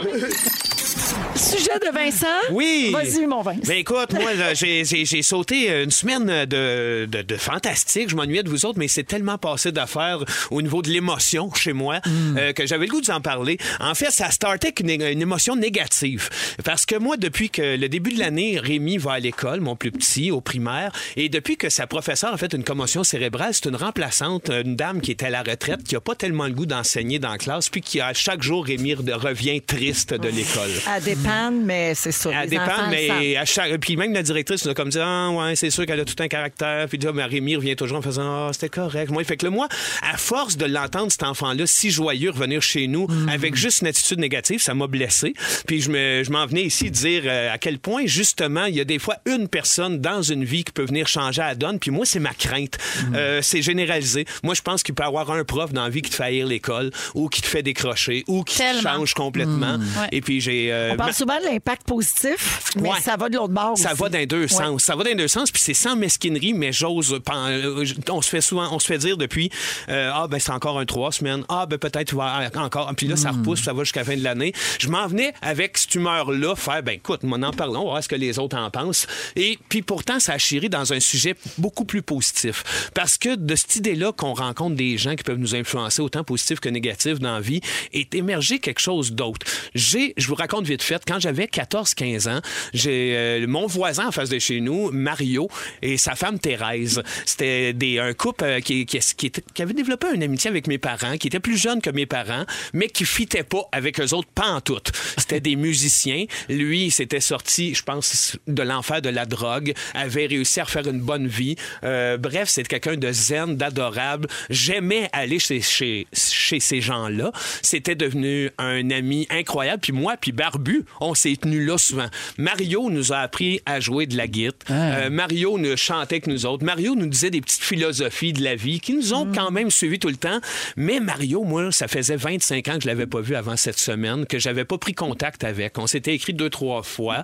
Sujet de Vincent. Oui. Hein? Vas-y, mon Vincent. Ben écoute, moi, là, j'ai, j'ai- j'ai sauté une semaine de, de, de fantastique. Je m'ennuyais de vous autres, mais c'est tellement passé d'affaires au niveau de l'émotion chez moi Hmm. euh, que j'avais le goût de vous en parler. En fait, ça startait avec une, une émotion négative. Parce que moi, depuis que le début de l'année, Rémi va à l'école, mon plus petit, au primaire, et depuis que sa professeure a fait une commotion cérébrale, c'est une remplaçante, une dame qui était à la retraite, qui a pas tellement le goût d'enseigner dans la classe, puis qui, à chaque jour, Rémi de- revient triste de l'école. À dépend dépanne, mais c'est sûr. Elle les enfants dépend, le mais savent. à chaque. Puis même la directrice, on a comme dit, ah, ouais, c'est sûr qu'elle a tout un caractère. Puis là, mais Rémi revient toujours en faisant, ah, c'était correct. Moi, fait que là, moi, à force de l'entendre, cet enfant-là, si joyeux, revenir chez nous Mm. avec juste une attitude négative, ça m'a blessé. Puis je me- je m'en venais ici dire euh, à quel point, justement, il y a des fois une personne dans une vie qui peut venir changer la donne. Puis moi, c'est ma crainte. Mm. Euh, c'est généralisé. Moi, je pense qu'il peut y avoir un prof dans la vie qui te fait haïr l'école ou qui te fait décrocher ou qui te Tellement. change complètement. Ouais. Et puis j'ai. euh, Mm. On ma- parle souvent de l'impact positif, mais Ouais. ça va de l'autre bord. ça aussi. va dans les deux Ouais. sens. Ça va dans les deux sens, puis c'est sans mesquinerie, mais j'ose. pen- euh, j- On se fait souvent, on se fait dire depuis euh, Ah, ben c'est encore un trois semaines. Ah, ben peut-être il va y avoir encore. Puis là, ça repousse, puis ça va jusqu'à la fin de l'année. Je m'en venais avec cette humeur-là, faire Ben écoute, moi, en parlons, on va voir ce que les autres en pensent. Et puis pourtant, ça a chiré dans un sujet beaucoup plus positif. Parce que de cette idée-là qu'on rencontre des gens qui peuvent nous influencer autant positif que négatif dans la vie, est émergé quelque chose d'autre. J'ai, je vous raconte vite fait, quand j'avais 14-15 ans, j'ai euh, mon voisin en face de chez nous, Mario, et sa femme Thérèse. C'était des, un couple euh, qui, qui, qui était- qui avait développé une amitié avec mes parents, qui était plus jeune que mes parents, mais qui fitait pas avec eux autres, pas en tout. C'était des musiciens. Lui, il s'était sorti, je pense, de l'enfer de la drogue, avait réussi à refaire une bonne vie. Euh, bref, c'est quelqu'un de zen, d'adorable. J'aimais aller chez, chez, chez ces gens-là. C'était devenu un ami incroyable. Puis moi, puis Barbu, on s'est tenus là souvent. Mario nous a appris à jouer de la guitare. Euh, Mario nous chantait avec nous autres. Mario nous disait des petites philosophies de la vie qui nous ont quand même suivis tout le temps. Mais Mario, moi, ça faisait 25 ans que je l'avais pas vu avant cette semaine, que j'avais pas pris contact avec. On s'était écrit deux, trois fois.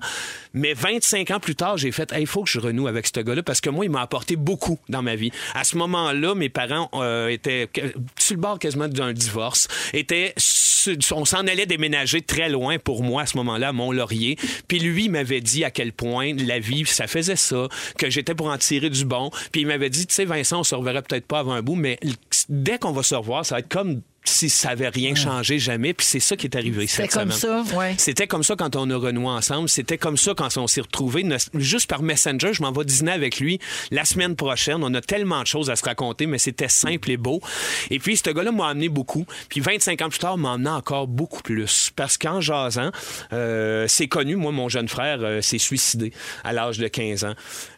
Mais 25 ans plus tard, j'ai fait, il faut que je renoue avec ce gars-là parce que moi, il m'a apporté beaucoup dans ma vie. À ce moment-là, mes parents euh, étaient que- sur le bord quasiment d'un divorce, étaient su- on s'en allait déménager très loin pour moi à ce moment-là, à Mont-Laurier. Puis lui m'avait dit à quel point la vie, ça faisait ça, que j'étais pour en tirer du bon. Puis il m'avait dit, tu sais, Vincent, on se reverrait peut-être pas avant un bout, mais l- dès qu'on va se revoir, ça va être comme si ça avait rien changé jamais. Puis c'est ça qui est arrivé C'était cette comme semaine. ça, ouais. C'était comme ça quand on a renoué ensemble. C'était comme ça quand on s'est retrouvés. Ne- Juste par Messenger, je m'en vais dîner avec lui la semaine prochaine. On a tellement de choses à se raconter, mais c'était simple et beau. Et puis, ce gars-là m'a amené beaucoup. Puis, 25 ans plus tard, m'a amené encore beaucoup plus. Parce qu'en jasant, euh, c'est connu, moi, mon jeune frère euh, s'est suicidé à l'âge de 15 ans.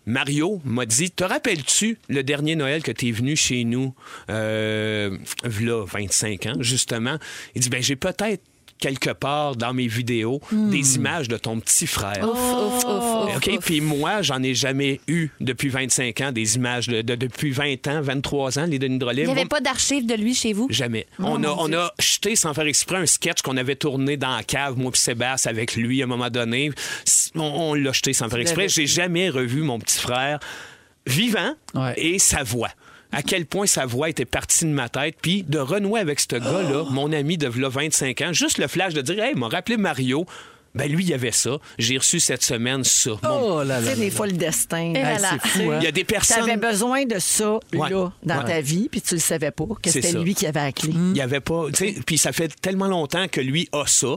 Mario m'a dit Te rappelles-tu le dernier Noël que tu es venu chez nous, euh, v'là 25 ans, justement Il dit Ben, j'ai peut-être quelque part dans mes vidéos des images de ton petit frère. Hmm. Ouf, ouf, ouf, ouf, OK, ouf. puis moi, j'en ai jamais eu depuis 25 ans des images de, de- depuis 20 ans, 23 ans les Denis Drolet. Il n'y avait Moi, pas d'archives de lui chez vous? Jamais. Oh on, a, on a jeté sans faire exprès un sketch qu'on avait tourné dans la cave, moi puis Sébastien, avec lui à un moment donné. S- On, on l'a jeté sans faire exprès. J'ai jamais revu mon petit frère vivant Ouais. et sa voix. À quel point sa voix était partie de ma tête, puis de renouer avec ce Oh. gars-là, mon ami de v'là 25 ans, juste le flash de dire Hey, il m'a rappelé Mario. Ben lui, il y avait ça. J'ai reçu cette semaine ça. Mon- Oh là Tu là. sais, des fois, le destin. Et Hey, voilà. c'est fou, hein? Il y a des Tu avais personnes. besoin de ça Ouais. là, dans Ouais. ta vie, puis tu le savais pas, que C'est c'était ça. lui qui avait la clé. Il y avait pas. tu sais, Puis ça fait tellement longtemps que lui a ça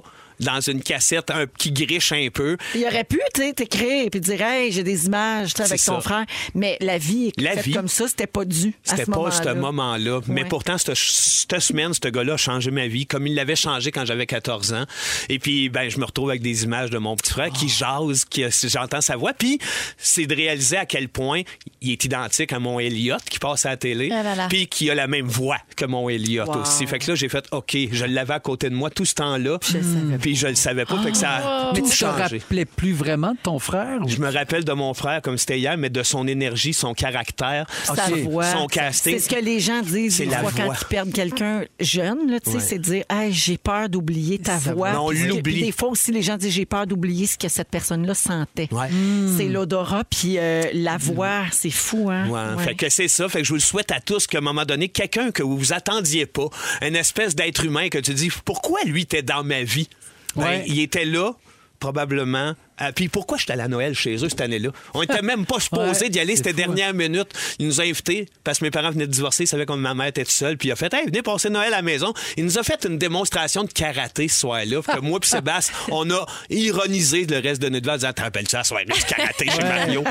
dans une cassette un, qui griche un peu. Il aurait pu, tu sais, t'écrire et puis dire Hey, j'ai des images tu sais, avec C'est ton ça. frère. Mais la vie est La faite vie. comme ça, c'était pas dû. à C'était ce pas moment-là. ce moment-là. Mais Ouais. pourtant, cette, cette semaine, ce gars-là a changé ma vie, comme il l'avait changé quand j'avais 14 ans. Et puis, ben, je me retrouve avec des images de mon petit frère qui jase, qui, j'entends sa voix. Puis, c'est de réaliser à quel point il est identique à mon Elliot qui passe à la télé, Ah là là. puis qui a la même voix que mon Elliot aussi. Fait que là, j'ai fait, OK, je l'avais à côté de moi tout ce temps-là. Puis, je le savais pas. Fait que ça a Oh. Mais tout tu te changé. rappelais plus vraiment de ton frère? ou- Je me rappelle de mon frère comme c'était hier, mais de son énergie, son caractère, Sa Ok. voix. son casting. C'est ce que les gens disent C'est des la fois quand voix. ils perdent quelqu'un jeune, là, tu sais, Ouais. c'est de dire Hey, j'ai peur d'oublier ta Sa voix. voix. Non, on Puis que- l'oublie. puis Des fois aussi, les gens disent J'ai peur d'oublier ce que cette personne-là sentait. Mm. Ouais. Mm. C'est l'odorat, puis euh, la voix, c'est fou, hein? Ouais, Ouais. Fait que c'est ça. Fait que je vous le souhaite à tous qu'à un moment donné, quelqu'un que vous vous attendiez pas, une espèce d'être humain que tu dis, pourquoi lui était dans ma vie? Ben, Ouais. Il était là, probablement Euh, puis pourquoi j'étais allé à Noël chez eux cette année-là? On était même pas supposé d'y aller, c'était dernière minute. Ils nous ont invités parce que mes parents venaient de divorcer, ils savaient que ma mère était toute seule. Puis il a fait Hey, venez passer Noël à la maison. Il nous a fait une démonstration de karaté ce soir-là. Fait que moi puis Sébastien, on a ironisé le reste de notre vie en disant Te rappelles-tu la soirée du karaté chez Mario?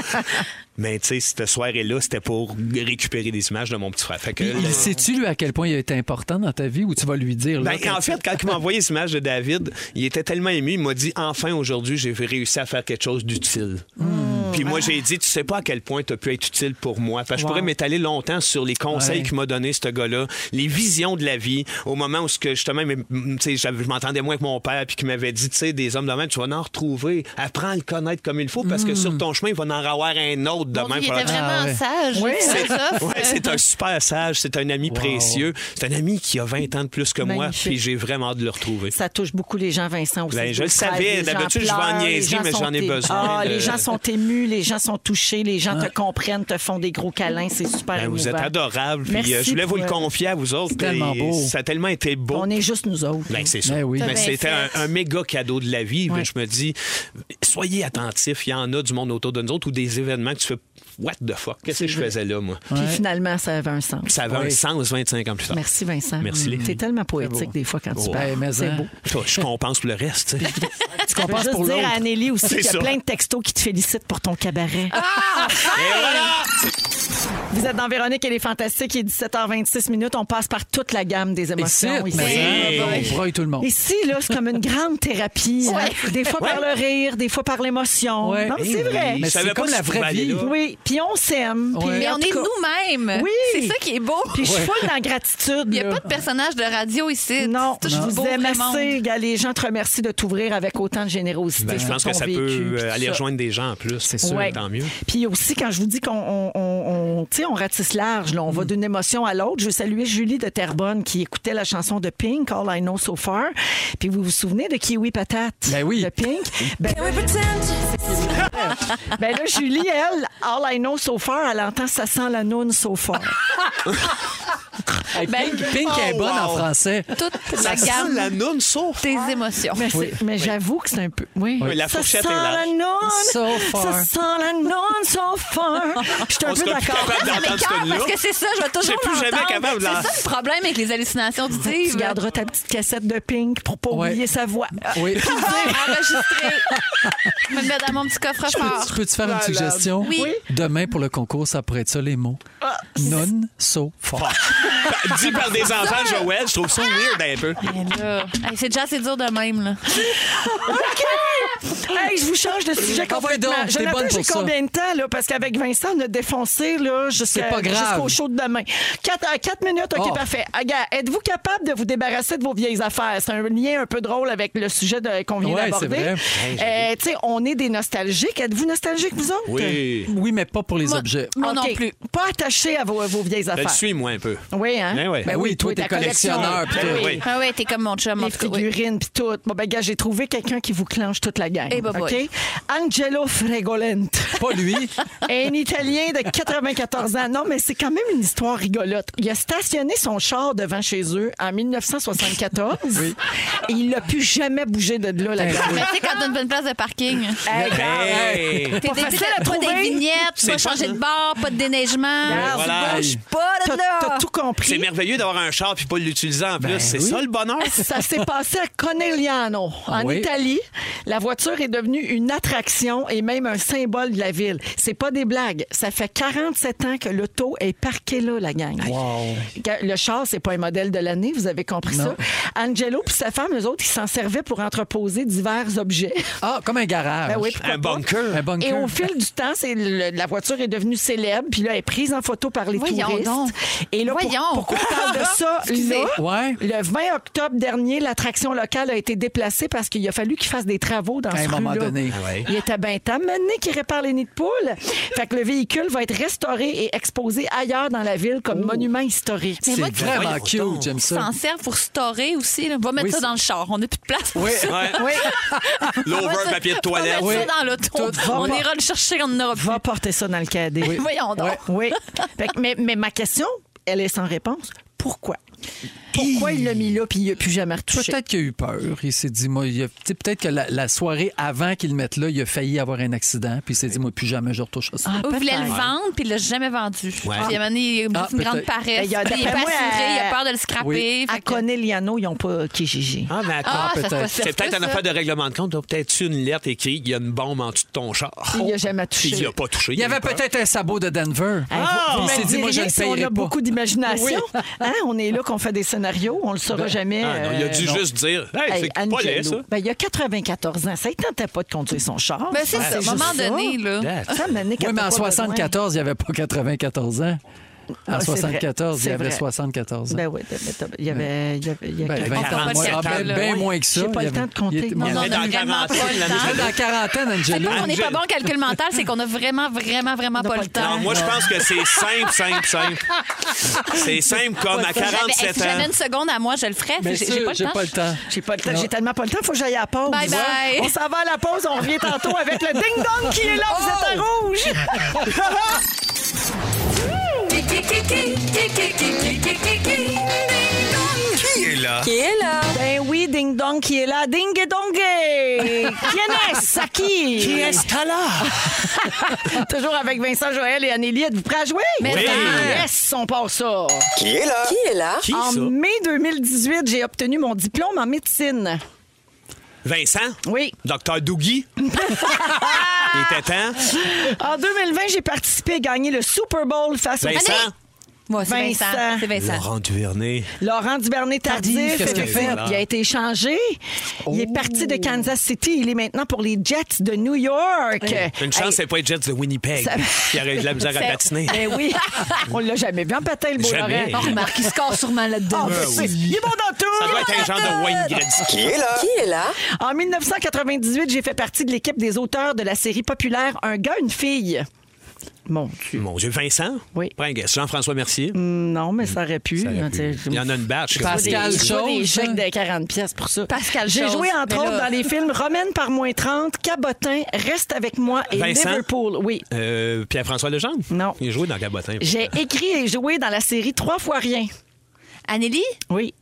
Mais tu sais, cette soirée-là, c'était pour récupérer des images de mon petit frère. Fait que, Il sait-tu, lui, à quel point il a été important dans ta vie ou tu vas lui dire? là, Ben, en fait, quand il m'a envoyé ces images de David, il était tellement ému, il m'a dit enfin aujourd'hui, j'ai réussi à faire quelque chose d'utile. Hmm. Puis Ah. moi, j'ai dit, tu sais pas à quel point tu as pu être utile pour moi. Parce que je pourrais m'étaler longtemps sur les conseils Ouais. qu'il m'a donné ce gars-là, les visions de la vie, au moment où ce que justement, mais, mm, tu sais, j'avais- je m'entendais moins que mon père, puis qui m'avait dit, tu sais, des hommes de même, tu vas en retrouver, apprends à le connaître comme il faut, parce que sur ton chemin, il va en avoir un autre de Hmm. Mon Dieu, même. il était Faudra- vraiment Ah, ouais. sage. hein. C'est ça. Ouais, c'est un super sage, c'est un ami précieux, c'est un ami qui a 20 ans de plus que moi, Magnifique. puis j'ai vraiment hâte de le retrouver. Ça touche beaucoup les gens, Vincent, aussi. Ben, je le Les gens savais. D'habitude, je vais en pleurent, les niaiser, gens mais sont j'en ai é- besoin Ah, de- Ah. les gens sont émus, les gens sont touchés, les gens te comprennent, te font des gros câlins. C'est super Ben, vous êtes émouvant. adorables, puis Merci euh, je voulais vous le pour, euh, confier à vous autres. c'est tellement puis beau. Ça a tellement été beau. On est juste nous autres. Ben, c'est ça. Ben oui. Ben, T'as bien c'était un, fait. un méga cadeau de la vie. Ben, je me dis, soyez attentifs. Il y en a du monde autour de nous autres ou des événements que tu fais, what the fuck, qu'est-ce que je faisais là, moi? Puis finalement, ça avait un sens. Ça avait un Oui. sens 25 ans plus tard. Merci, Vincent. Merci, les T'es filles. tellement poétique des fois quand tu Oh. parles. Ben, mais c'est hein. beau. Toi, Je compense pour le reste. tu sais. Tu Je veux compenses juste pour dire à l'autre. Anneli aussi C'est qu'il y a ça. plein de textos qui te félicitent pour ton cabaret. Ah! Vous êtes dans Véronique et les Fantastiques, il est 17h26 minutes. On passe par toute la gamme des Ici, émotions ici. mais hein? ça, on broye tout le monde. Ici, là, c'est comme une grande thérapie. hein. Des fois par le rire, des fois par l'émotion. Ouais. Non, mais Eh c'est vrai. oui. Mais Je savais c'est pas comme si la tu vraie pouvais aller vie. là. Oui, puis on s'aime. puis Ouais. Mais en on tout est cas- nous-mêmes. Oui. C'est ça qui est beau. Puis je suis folle dans la gratitude. Il n'y a là. pas de personnage de radio ici. Non, C'est tout je du vous beau aime vrai monde. assez. Gars, Les gens te remercient de t'ouvrir avec autant de générosité. Ben, je sur pense que ton ça vécu, peut puis euh, tout aller ça. rejoindre des gens en plus. C'est sûr. Ouais. Tant mieux. Puis aussi, quand je vous dis qu'on on, on- on- tu sais, on ratisse large, là, on Mm. va d'une émotion à l'autre, je veux saluer Julie de Terrebonne qui écoutait la chanson de Pink, All I Know So Far. Puis vous vous souvenez de Kiwi Patate Ben oui. de Pink? Ben, ben là, Julie, elle, All I Know So Far, elle entend Ça sent la noune so far. Hey, Pink, Ben, Pink est Oh, bonne en wow. français. Toute Ça la sent gamme la noune sauf. des émotions. Mais, c'est- mais j'avoue que c'est un peu. Oui, Oui, la fourchette ça est sent la large. noune. So far. Ça sent la noune so far. Je suis un peu On sera plus d'accord. capable Ça d'entendre ce m'écoeure là parce que c'est ça, je vais toujours J'ai plus jamais l'entendre. capable de la- C'est ça le problème avec les hallucinations Tu auditives. garderas ta petite cassette de Pink pour pas Ouais. oublier sa voix. Oui. Ah, Enregistré. Je vais me mettre dans mon petit coffre-fort. Tu peux te faire une suggestion? Ah, Oui. Demain, pour le concours, ça pourrait être ça les mots. Non, so far. Bah, Dit par des enfants, Joël, je trouve ça weird un peu. Mais là, hey, c'est déjà assez dur de même. Là. Hey, je vous change de sujet Ah ouais, complètement. donc, t'es Jonathan, bonne pour j'ai ça. combien de temps, là? Parce qu'avec Vincent, on a défoncé, là, jusqu'à- C'est pas grave. jusqu'au show de demain. Quatre, à quatre minutes, OK, Oh. parfait. Ah, gars, êtes-vous capable de vous débarrasser de vos vieilles affaires? C'est un lien un peu drôle avec le sujet de- qu'on vient Ouais, c'est d'aborder. vrai. Euh, tu sais, on est des nostalgiques. Êtes-vous nostalgiques, vous autres? Oui, mais pas pour les objets. Moi OK. non plus. Pas attaché à vos, vos vieilles Ben, Je affaires. le suis, moi, un peu. Oui, hein? Ben ouais. Ben oui, toi, oui, t'es ta collection. collectionneur. puis Ben tout. oui. Ah ouais, t'es comme mon chum. en Les tout cas, oui. figurines, puis tout. Bon, ben, gars, j'ai trouvé quelqu'un qui vous clenche toute la gang. Eh ben, OK? boy. Angelo Fregolente. Pas lui. Un Italien de 94 ans. Non, mais c'est quand même une histoire rigolote. Il a stationné son char devant chez eux en 1974. Et il n'a plus jamais bougé de là, Ben, la Mais tu sais, quand t'as une bonne place de parking, Hey, Eh, Hey! t'es pas facile débile, à pas trouver. des vignettes, C'est pas fun, changer hein? de bord, pas de déneigement. Voilà. Je suis pas T'as de là. t'as tout C'est compris. merveilleux d'avoir un char puis pas l'utiliser en plus. C'est ça le bonheur? Ça s'est passé à Conegliano, en Ah Oui. Italie. La voiture est devenue une attraction et même un symbole de la ville. C'est pas des blagues. Ça fait 47 ans que l'auto est parquée là, la gang. Que- Le char, c'est pas un modèle de l'année, vous avez compris Non. ça. Angelo puis sa femme, eux autres, ils s'en servaient pour entreposer divers objets. Ah, comme un garage. Ben oui, pourquoi Un pas? bunker. Un bunker. Et au fil du temps, c'est le- la voiture est devenue célèbre, puis là, elle est prise en photo par les Voyons touristes. donc. Et là, pour- Voyons. pourquoi on parle de ça Excusez. là? Ouais. Le 20 octobre dernier, l'attraction locale a été déplacée parce qu'il a fallu qu'ils fassent des travaux dans À ce un moment rue-là. donné. Ouais. Il était bien temps mené qu'il répare les nids de poules. Fait que le véhicule va être restauré et exposé ailleurs dans la ville comme monument historique. Oh. Mais moi, C'est qui vraiment Voyons donc. cute, j'aime ça. s'en servent pour storer aussi. Là. Va mettre Oui, ça c'est- dans le char. On n'a plus de place pour ça. Ouais. On va L'over se- papier de toilette. On va mettre Oui. ça dans l'auto. Tout va On pas. ira le chercher quand on en aura plus. Va porter ça dans le cadet. Voyons donc. Oui. Fait que- mais, mais ma question, elle est sans réponse. Pourquoi? Pourquoi il l'a mis là puis il n'a plus jamais retouché? Peut-être qu'il a eu peur. Il s'est dit, moi, il a- tu sais, peut-être que la, la soirée avant qu'il le mette là, il a failli avoir un accident, puis il s'est dit, moi, plus jamais je retouche à ça. Ah, Ou il voulait le vendre, puis il l'a jamais vendu. Puis à un moment donné, il y a une Ah, grande peut-être. paresse. Ben, Il y a- puis il est pas d'après moi, assuré, il a euh, peur de le scraper. oui. fait À que- Conéliano, ils n'ont pas Kijiji. Ah, mais attends, Ah, ça se peut-être. conserve c'est peut-être pas, un ça. affaire de règlement de compte. T'as peut-être eu une lettre écrite, il y a une bombe en dessous de ton char. Il y a jamais touché. Il y a pas touché. Il y a eu avait peur. peut-être un sabot de Denver. Ah, Puis vous il s'est me dit, moi, je diriez ne si on payerai a pas. beaucoup d'imagination. Hein, on est là qu'on fait des scénarios, on le saura jamais. Ah, non, il a euh, dû non. juste dire Hey, Hey, c'est pas laid, Angelo. ça. Ben, il y a 94 ans, ça ne tentait pas de conduire son char. Ah, Ben, c'est ça, à un juste moment ça. donné, là. Ça, Mané, Oui, qu'elle mais t'a en pas 74, il n'y avait pas 94 ans. En Ah, c'est vrai. 74, il y C'est avait vrai. 74 ans. besoin. Ben oui, mais t'as- il y avait. Il y avait, il y a Ben, quelques- 20 ans de moins. 44, Ah, ben, là. ben moins que ça. J'ai pas Il le avait- temps de compter. il était- Non, il non, avait- Mais dans a la vraiment quarantaine, pas le la temps. maison- Dans la quarantaine, C'est pas Angela. qu'on n'est pas bon en calcul mental, c'est qu'on a vraiment, vraiment, vraiment pas le temps. Non, moi, je pense que c'est simple, simple, simple. C'est simple comme à Si j'avais- si 47 ans. j'avais une seconde à moi, je le ferais. Mais J'ai sûr, j'ai pas le j'ai temps. pas le temps. J'ai pas le temps. J'ai tellement pas le temps, faut que j'aille à la pause. Bye bye. On s'en va à la pause, on revient tantôt avec le ding-dong qui est là, vous êtes à rouge. Qui est là? Qui est là? Ben oui, Ding Dong qui est là. Ding et Dongé! Qui est-ce? À qui? Qui est là? Toujours avec Vincent Joël et Annélie. Êtes-vous prêts à jouer? Mais Oui. ça- Yes, on part ça. Qui est là? Qui est là? Qui, en ça? mai 2018, j'ai obtenu mon diplôme en médecine. Vincent? Oui. Docteur Dougie? Il était temps. En 2020, j'ai participé et gagné le Super Bowl face au Vincent? Moi, c'est Vincent. Vincent. C'est Vincent. Laurent Duvernay. Laurent Duvernay Tardif, qu'est-ce qu'il a fait? il a Oh. été échangé. Il est parti de Kansas City. Il est maintenant pour les Jets de New York. Une chance, Hey, c'est pas les Jets de Winnipeg. Ça- Il aurait eu de la misère à patiner. Ben oui, on l'a jamais vu en patin, le beau Jamais. Laurent. Marc, il score sûrement là-dedans. Ah, ben c'est- Il est bon dans tout! Ça doit être un genre de Wayne Gretzky. Qui est là? Qui est là? En 1998, j'ai fait partie de l'équipe des auteurs de la série populaire Un gars, une fille. Mon Dieu. Mon Dieu, Vincent? Oui. Pas un guess. Jean-François Mercier? Non, mais ça aurait pu. Il Non, tu sais, y en a une batch. comme Pascal ça. je Chose, vois des hein. chèques de 40 pièces pour ça. Pascal J'ai Chose, joué, entre mais autres, là- dans les films Romaine par moins 30, Cabotin, Reste avec moi et Vincent? Liverpool. Oui. Euh, Pierre-François Legendre? Non. Il a joué dans Cabotin. J'ai écrit et joué dans la série Trois fois rien. Annélie? Oui.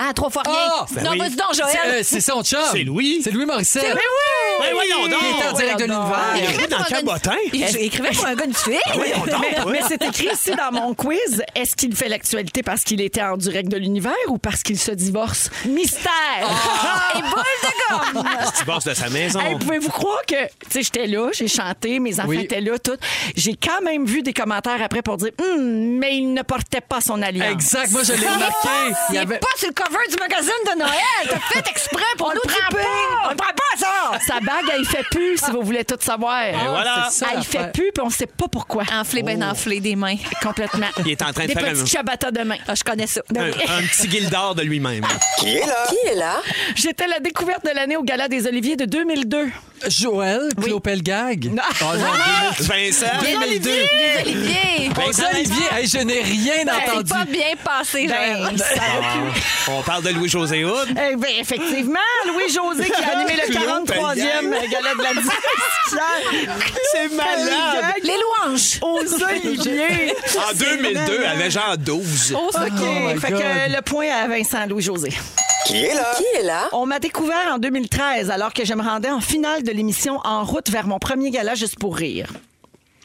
Ah, trois fois Ah! rien. Ben Non, oui. vas-y donc, Joël. Euh, C'est son chum. C'est Louis. C'est Louis Morissette. Ben voyons donc! Il est en direct de Ah, Il l'univers. a joué dans Cabotin? Eh, Il écrivait pour un gars, une fille. Ah Voyons donc! ouais. Mais c'est écrit ici dans mon quiz. Est-ce qu'il fait l'actualité parce qu'il était en direct de l'univers ou parce qu'il se divorce? Mystère! Et boule de gomme. Tu bosses de sa maison. Hey, pouvez-vous croire que, tu sais, j'étais là, j'ai chanté, mes enfants Oui. étaient là, tout. J'ai quand même vu des commentaires après pour dire, Hum, mais il ne portait pas son Ah alliance. Exact, moi je Ah, l'ai remarqué. Il y avait Pas sur le cover du magazine de Ah, Noël. T'as fait exprès pour nous triper. trapper. On le prend pas, ça! Sa bague, elle fait plus, si vous voulez tout savoir. Ah. Eh, voilà. c'est ça, elle Ah, fait l'affaire. plus, puis on sait pas pourquoi. Enflé, ben enflé des mains. euh, Complètement. Il est en train de des faire petits un- ciabatta de main. Ah, je connais ça. Un, un petit guildard de lui-même. Qui est là? Qui est là? J'étais la découverte de l'année au Gala des Oliviers de 2002. Joël, Claude Pelgag. Oh non, Ah, Vincent! 2002. Les Ben, Olivier. Ben, Vincent Olivier, hey, je n'ai rien C'est pas entendu. bien passé, Joël. Ben, ça- Ah, On parle de Louis-José Hood. Eh ben, effectivement, Louis-José qui a animé le Claude 43e Pelgag. Gala de la Discussion. C'est malade! Les louanges. Aux Oliviers. En 2002, elle avait genre 12. Oh, OK. my fait God. que le point à Vincent Louis-José. Qui est là? Qui est là? On m'a découvert en 2013 alors que je me rendais en finale de l'émission En route vers mon premier gala juste pour rire.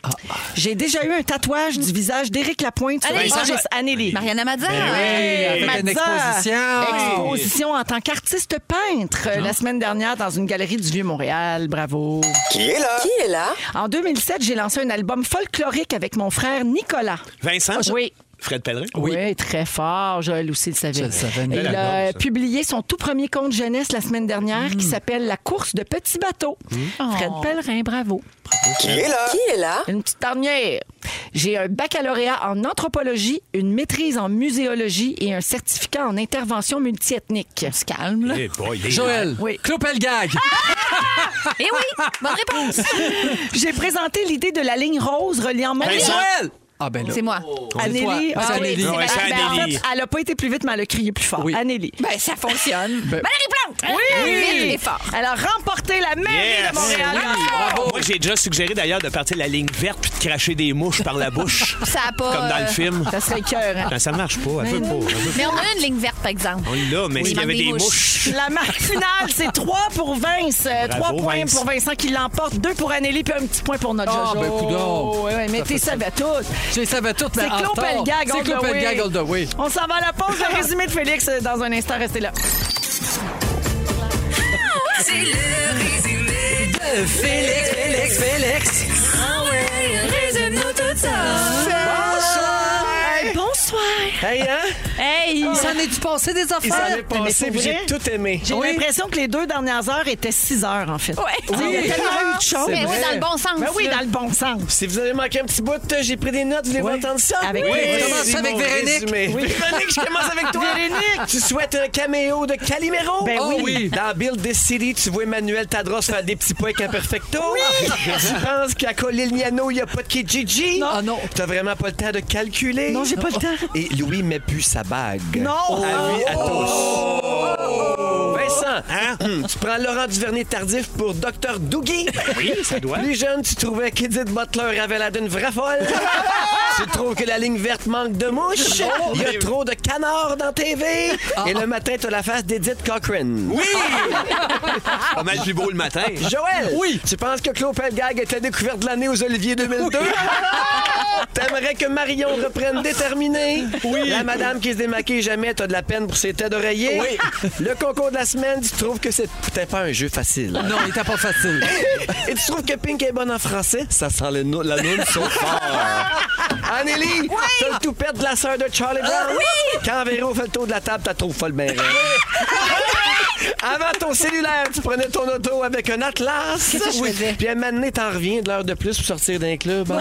Ah. J'ai déjà eu un tatouage du visage d'Éric Lapointe sur Allez, le Vincent- visage Anneli. Mariana Mazza. hein? Elle fait une Ben, exposition. Exposition en tant qu'artiste peintre euh, la semaine dernière dans une galerie du Vieux-Montréal. Bravo. Qui est là? Qui est là? En 2007, j'ai lancé un album folklorique avec mon frère Nicolas. Vincent? Oui. Fred Pellerin? Oui. très fort. Joël aussi le savait. Je le savais, Il mais la a danse. publié son tout premier conte jeunesse la semaine dernière Mm. qui s'appelle La course de petits bateaux. Oh. Fred Pellerin, bravo. Qui est là? Oh. Qui est là? Une petite dernière. J'ai un baccalauréat en anthropologie, une maîtrise en muséologie et un certificat en intervention multiethnique. On se calme, là. Eh boy, Ben, il est- Joël, Oui. Claude Pelgag. Eh oui, bonne réponse. Oh. J'ai présenté l'idée de la ligne rose reliant Montréal. Vincent? Joël. Ah ben là. C'est moi. Oh. Annélie, C'est toi. C'est ah oui, Anneli. c'est Ouais, c'est Valérie. Ben, en Anneli. fait, elle n'a pas été plus vite, mais elle a crié plus fort. Oui. Anneli. Ben, ça fonctionne. Valérie Plante. hein? Oui! Vite et fort. Elle a remporté la mairie Yes! de Montréal. Oui, Bravo! bravo. Moi, j'ai déjà suggéré d'ailleurs de partir de la ligne verte puis de cracher des mouches par la bouche. Ça a pas, Comme dans euh, le film. Ça serait cœur. hein. Ben, ça marche pas. Elle veut pas. elle veut Mais on a une ligne verte, par exemple. pas. On l'a, mais Oui. s'il y avait Il des manque des mouches. La marque finale, c'est 3 pour Vince. Euh, Bravo, 3 points Vince. pour Vincent qui l'emporte, 2 pour Anneli, puis un petit point pour notre Ah, Jojo. ben, coudonc. Oui, oui, mais Ça t'es fait savais tout. Je les savais toutes, mais C'est en Claude retard. Pelgag, C'est all Claude the way. Pelgag all the way. On s'en va à la pause. Le résumé de Félix euh, dans un instant. Restez là. C'est le résumé de Félix, Félix, Félix. Ah ouais, résume-nous tout ça. Bonsoir. Hey, hein? Hey! Il s'en est-tu passé des Il s'en affaires? est passé, pour puis j'ai vrai? tout aimé. J'ai l'impression que les deux dernières heures étaient 6 heures, en fait. Ouais. Il y a tellement eu de choses. Mais vrai. oui, dans le bon sens. Ben oui, là. dans le bon sens. Si vous avez manqué un petit bout, euh, j'ai pris des notes, voulez-vous Oui. entendre ça? Avec Oui. plaisir. Voici Commence avec mon Véronique. résumé. Véronique, je commence avec toi. Véronique. Tu souhaites un caméo de Calimero? Ben Oh oui. oui. Dans Build This City, tu vois Emmanuel Tadros faire des petits points avec un perfecto. Tu penses qu'à Colignano, il n'y a pas de Kijiji? Ah non. T'as vraiment pas le temps de calculer? Non, j'ai pas le temps. Et Louis met plus sa bague. Oh. Non. À lui, à Oh! tous. Vincent, hein? tu prends Laurent Duvernay Tardif pour Dr. Doogie. Oui, ça doit. Plus jeune, tu trouvais qu'Edith Butler avait la d'une vraie folle. tu trouves que la ligne verte manque de mouches. Il y a trop de canards dans TV. Et le matin, tu la face d'Edith Cochran. Oui! Pas mal plus beau le matin. Joël, oui. tu penses que Claude Pelgag était découverte de l'année aux Oliviers 2002? T'aimerais que Marion reprenne déterminée? Oui. La madame qui se démaquille jamais, t'as de la peine pour ses têtes d'oreiller? Oui. Le concours de la semaine, tu trouves que c'est peut-être pas un jeu facile. Non, il était pas facile. Et tu trouves que Pink est bonne en français? Ça sent le nou- la noune sauf fort. Anneli, t'as le toupette de la sœur de Charlie Brown. Quand Véro fait le tour de la table, t'as trop folle bien raide. Avant ton cellulaire, tu prenais ton auto avec un atlas. Oui. Puis à un moment donné, t'en reviens de l'heure de plus pour sortir d'un club. hein.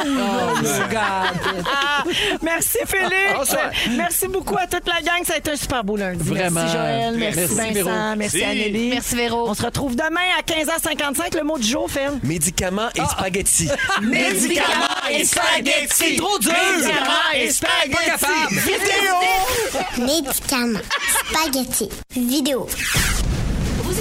Oh, Ah, merci Félix. Ah, Bonsoir. Merci beaucoup à toute la gang. Ça a été un super beau lundi. Vraiment. Merci Joël. Merci, Merci, Vincent. Véro. Merci, Merci. Anneli. Merci, Véro. On se retrouve demain à 15h55. Le mot du jour, Phil. Médicaments et spaghettis. Médicaments et spaghettis. C'est trop dur! Médicaments et spaghettis. Pas capable! Médicaments, spaghettis, vidéo. Vous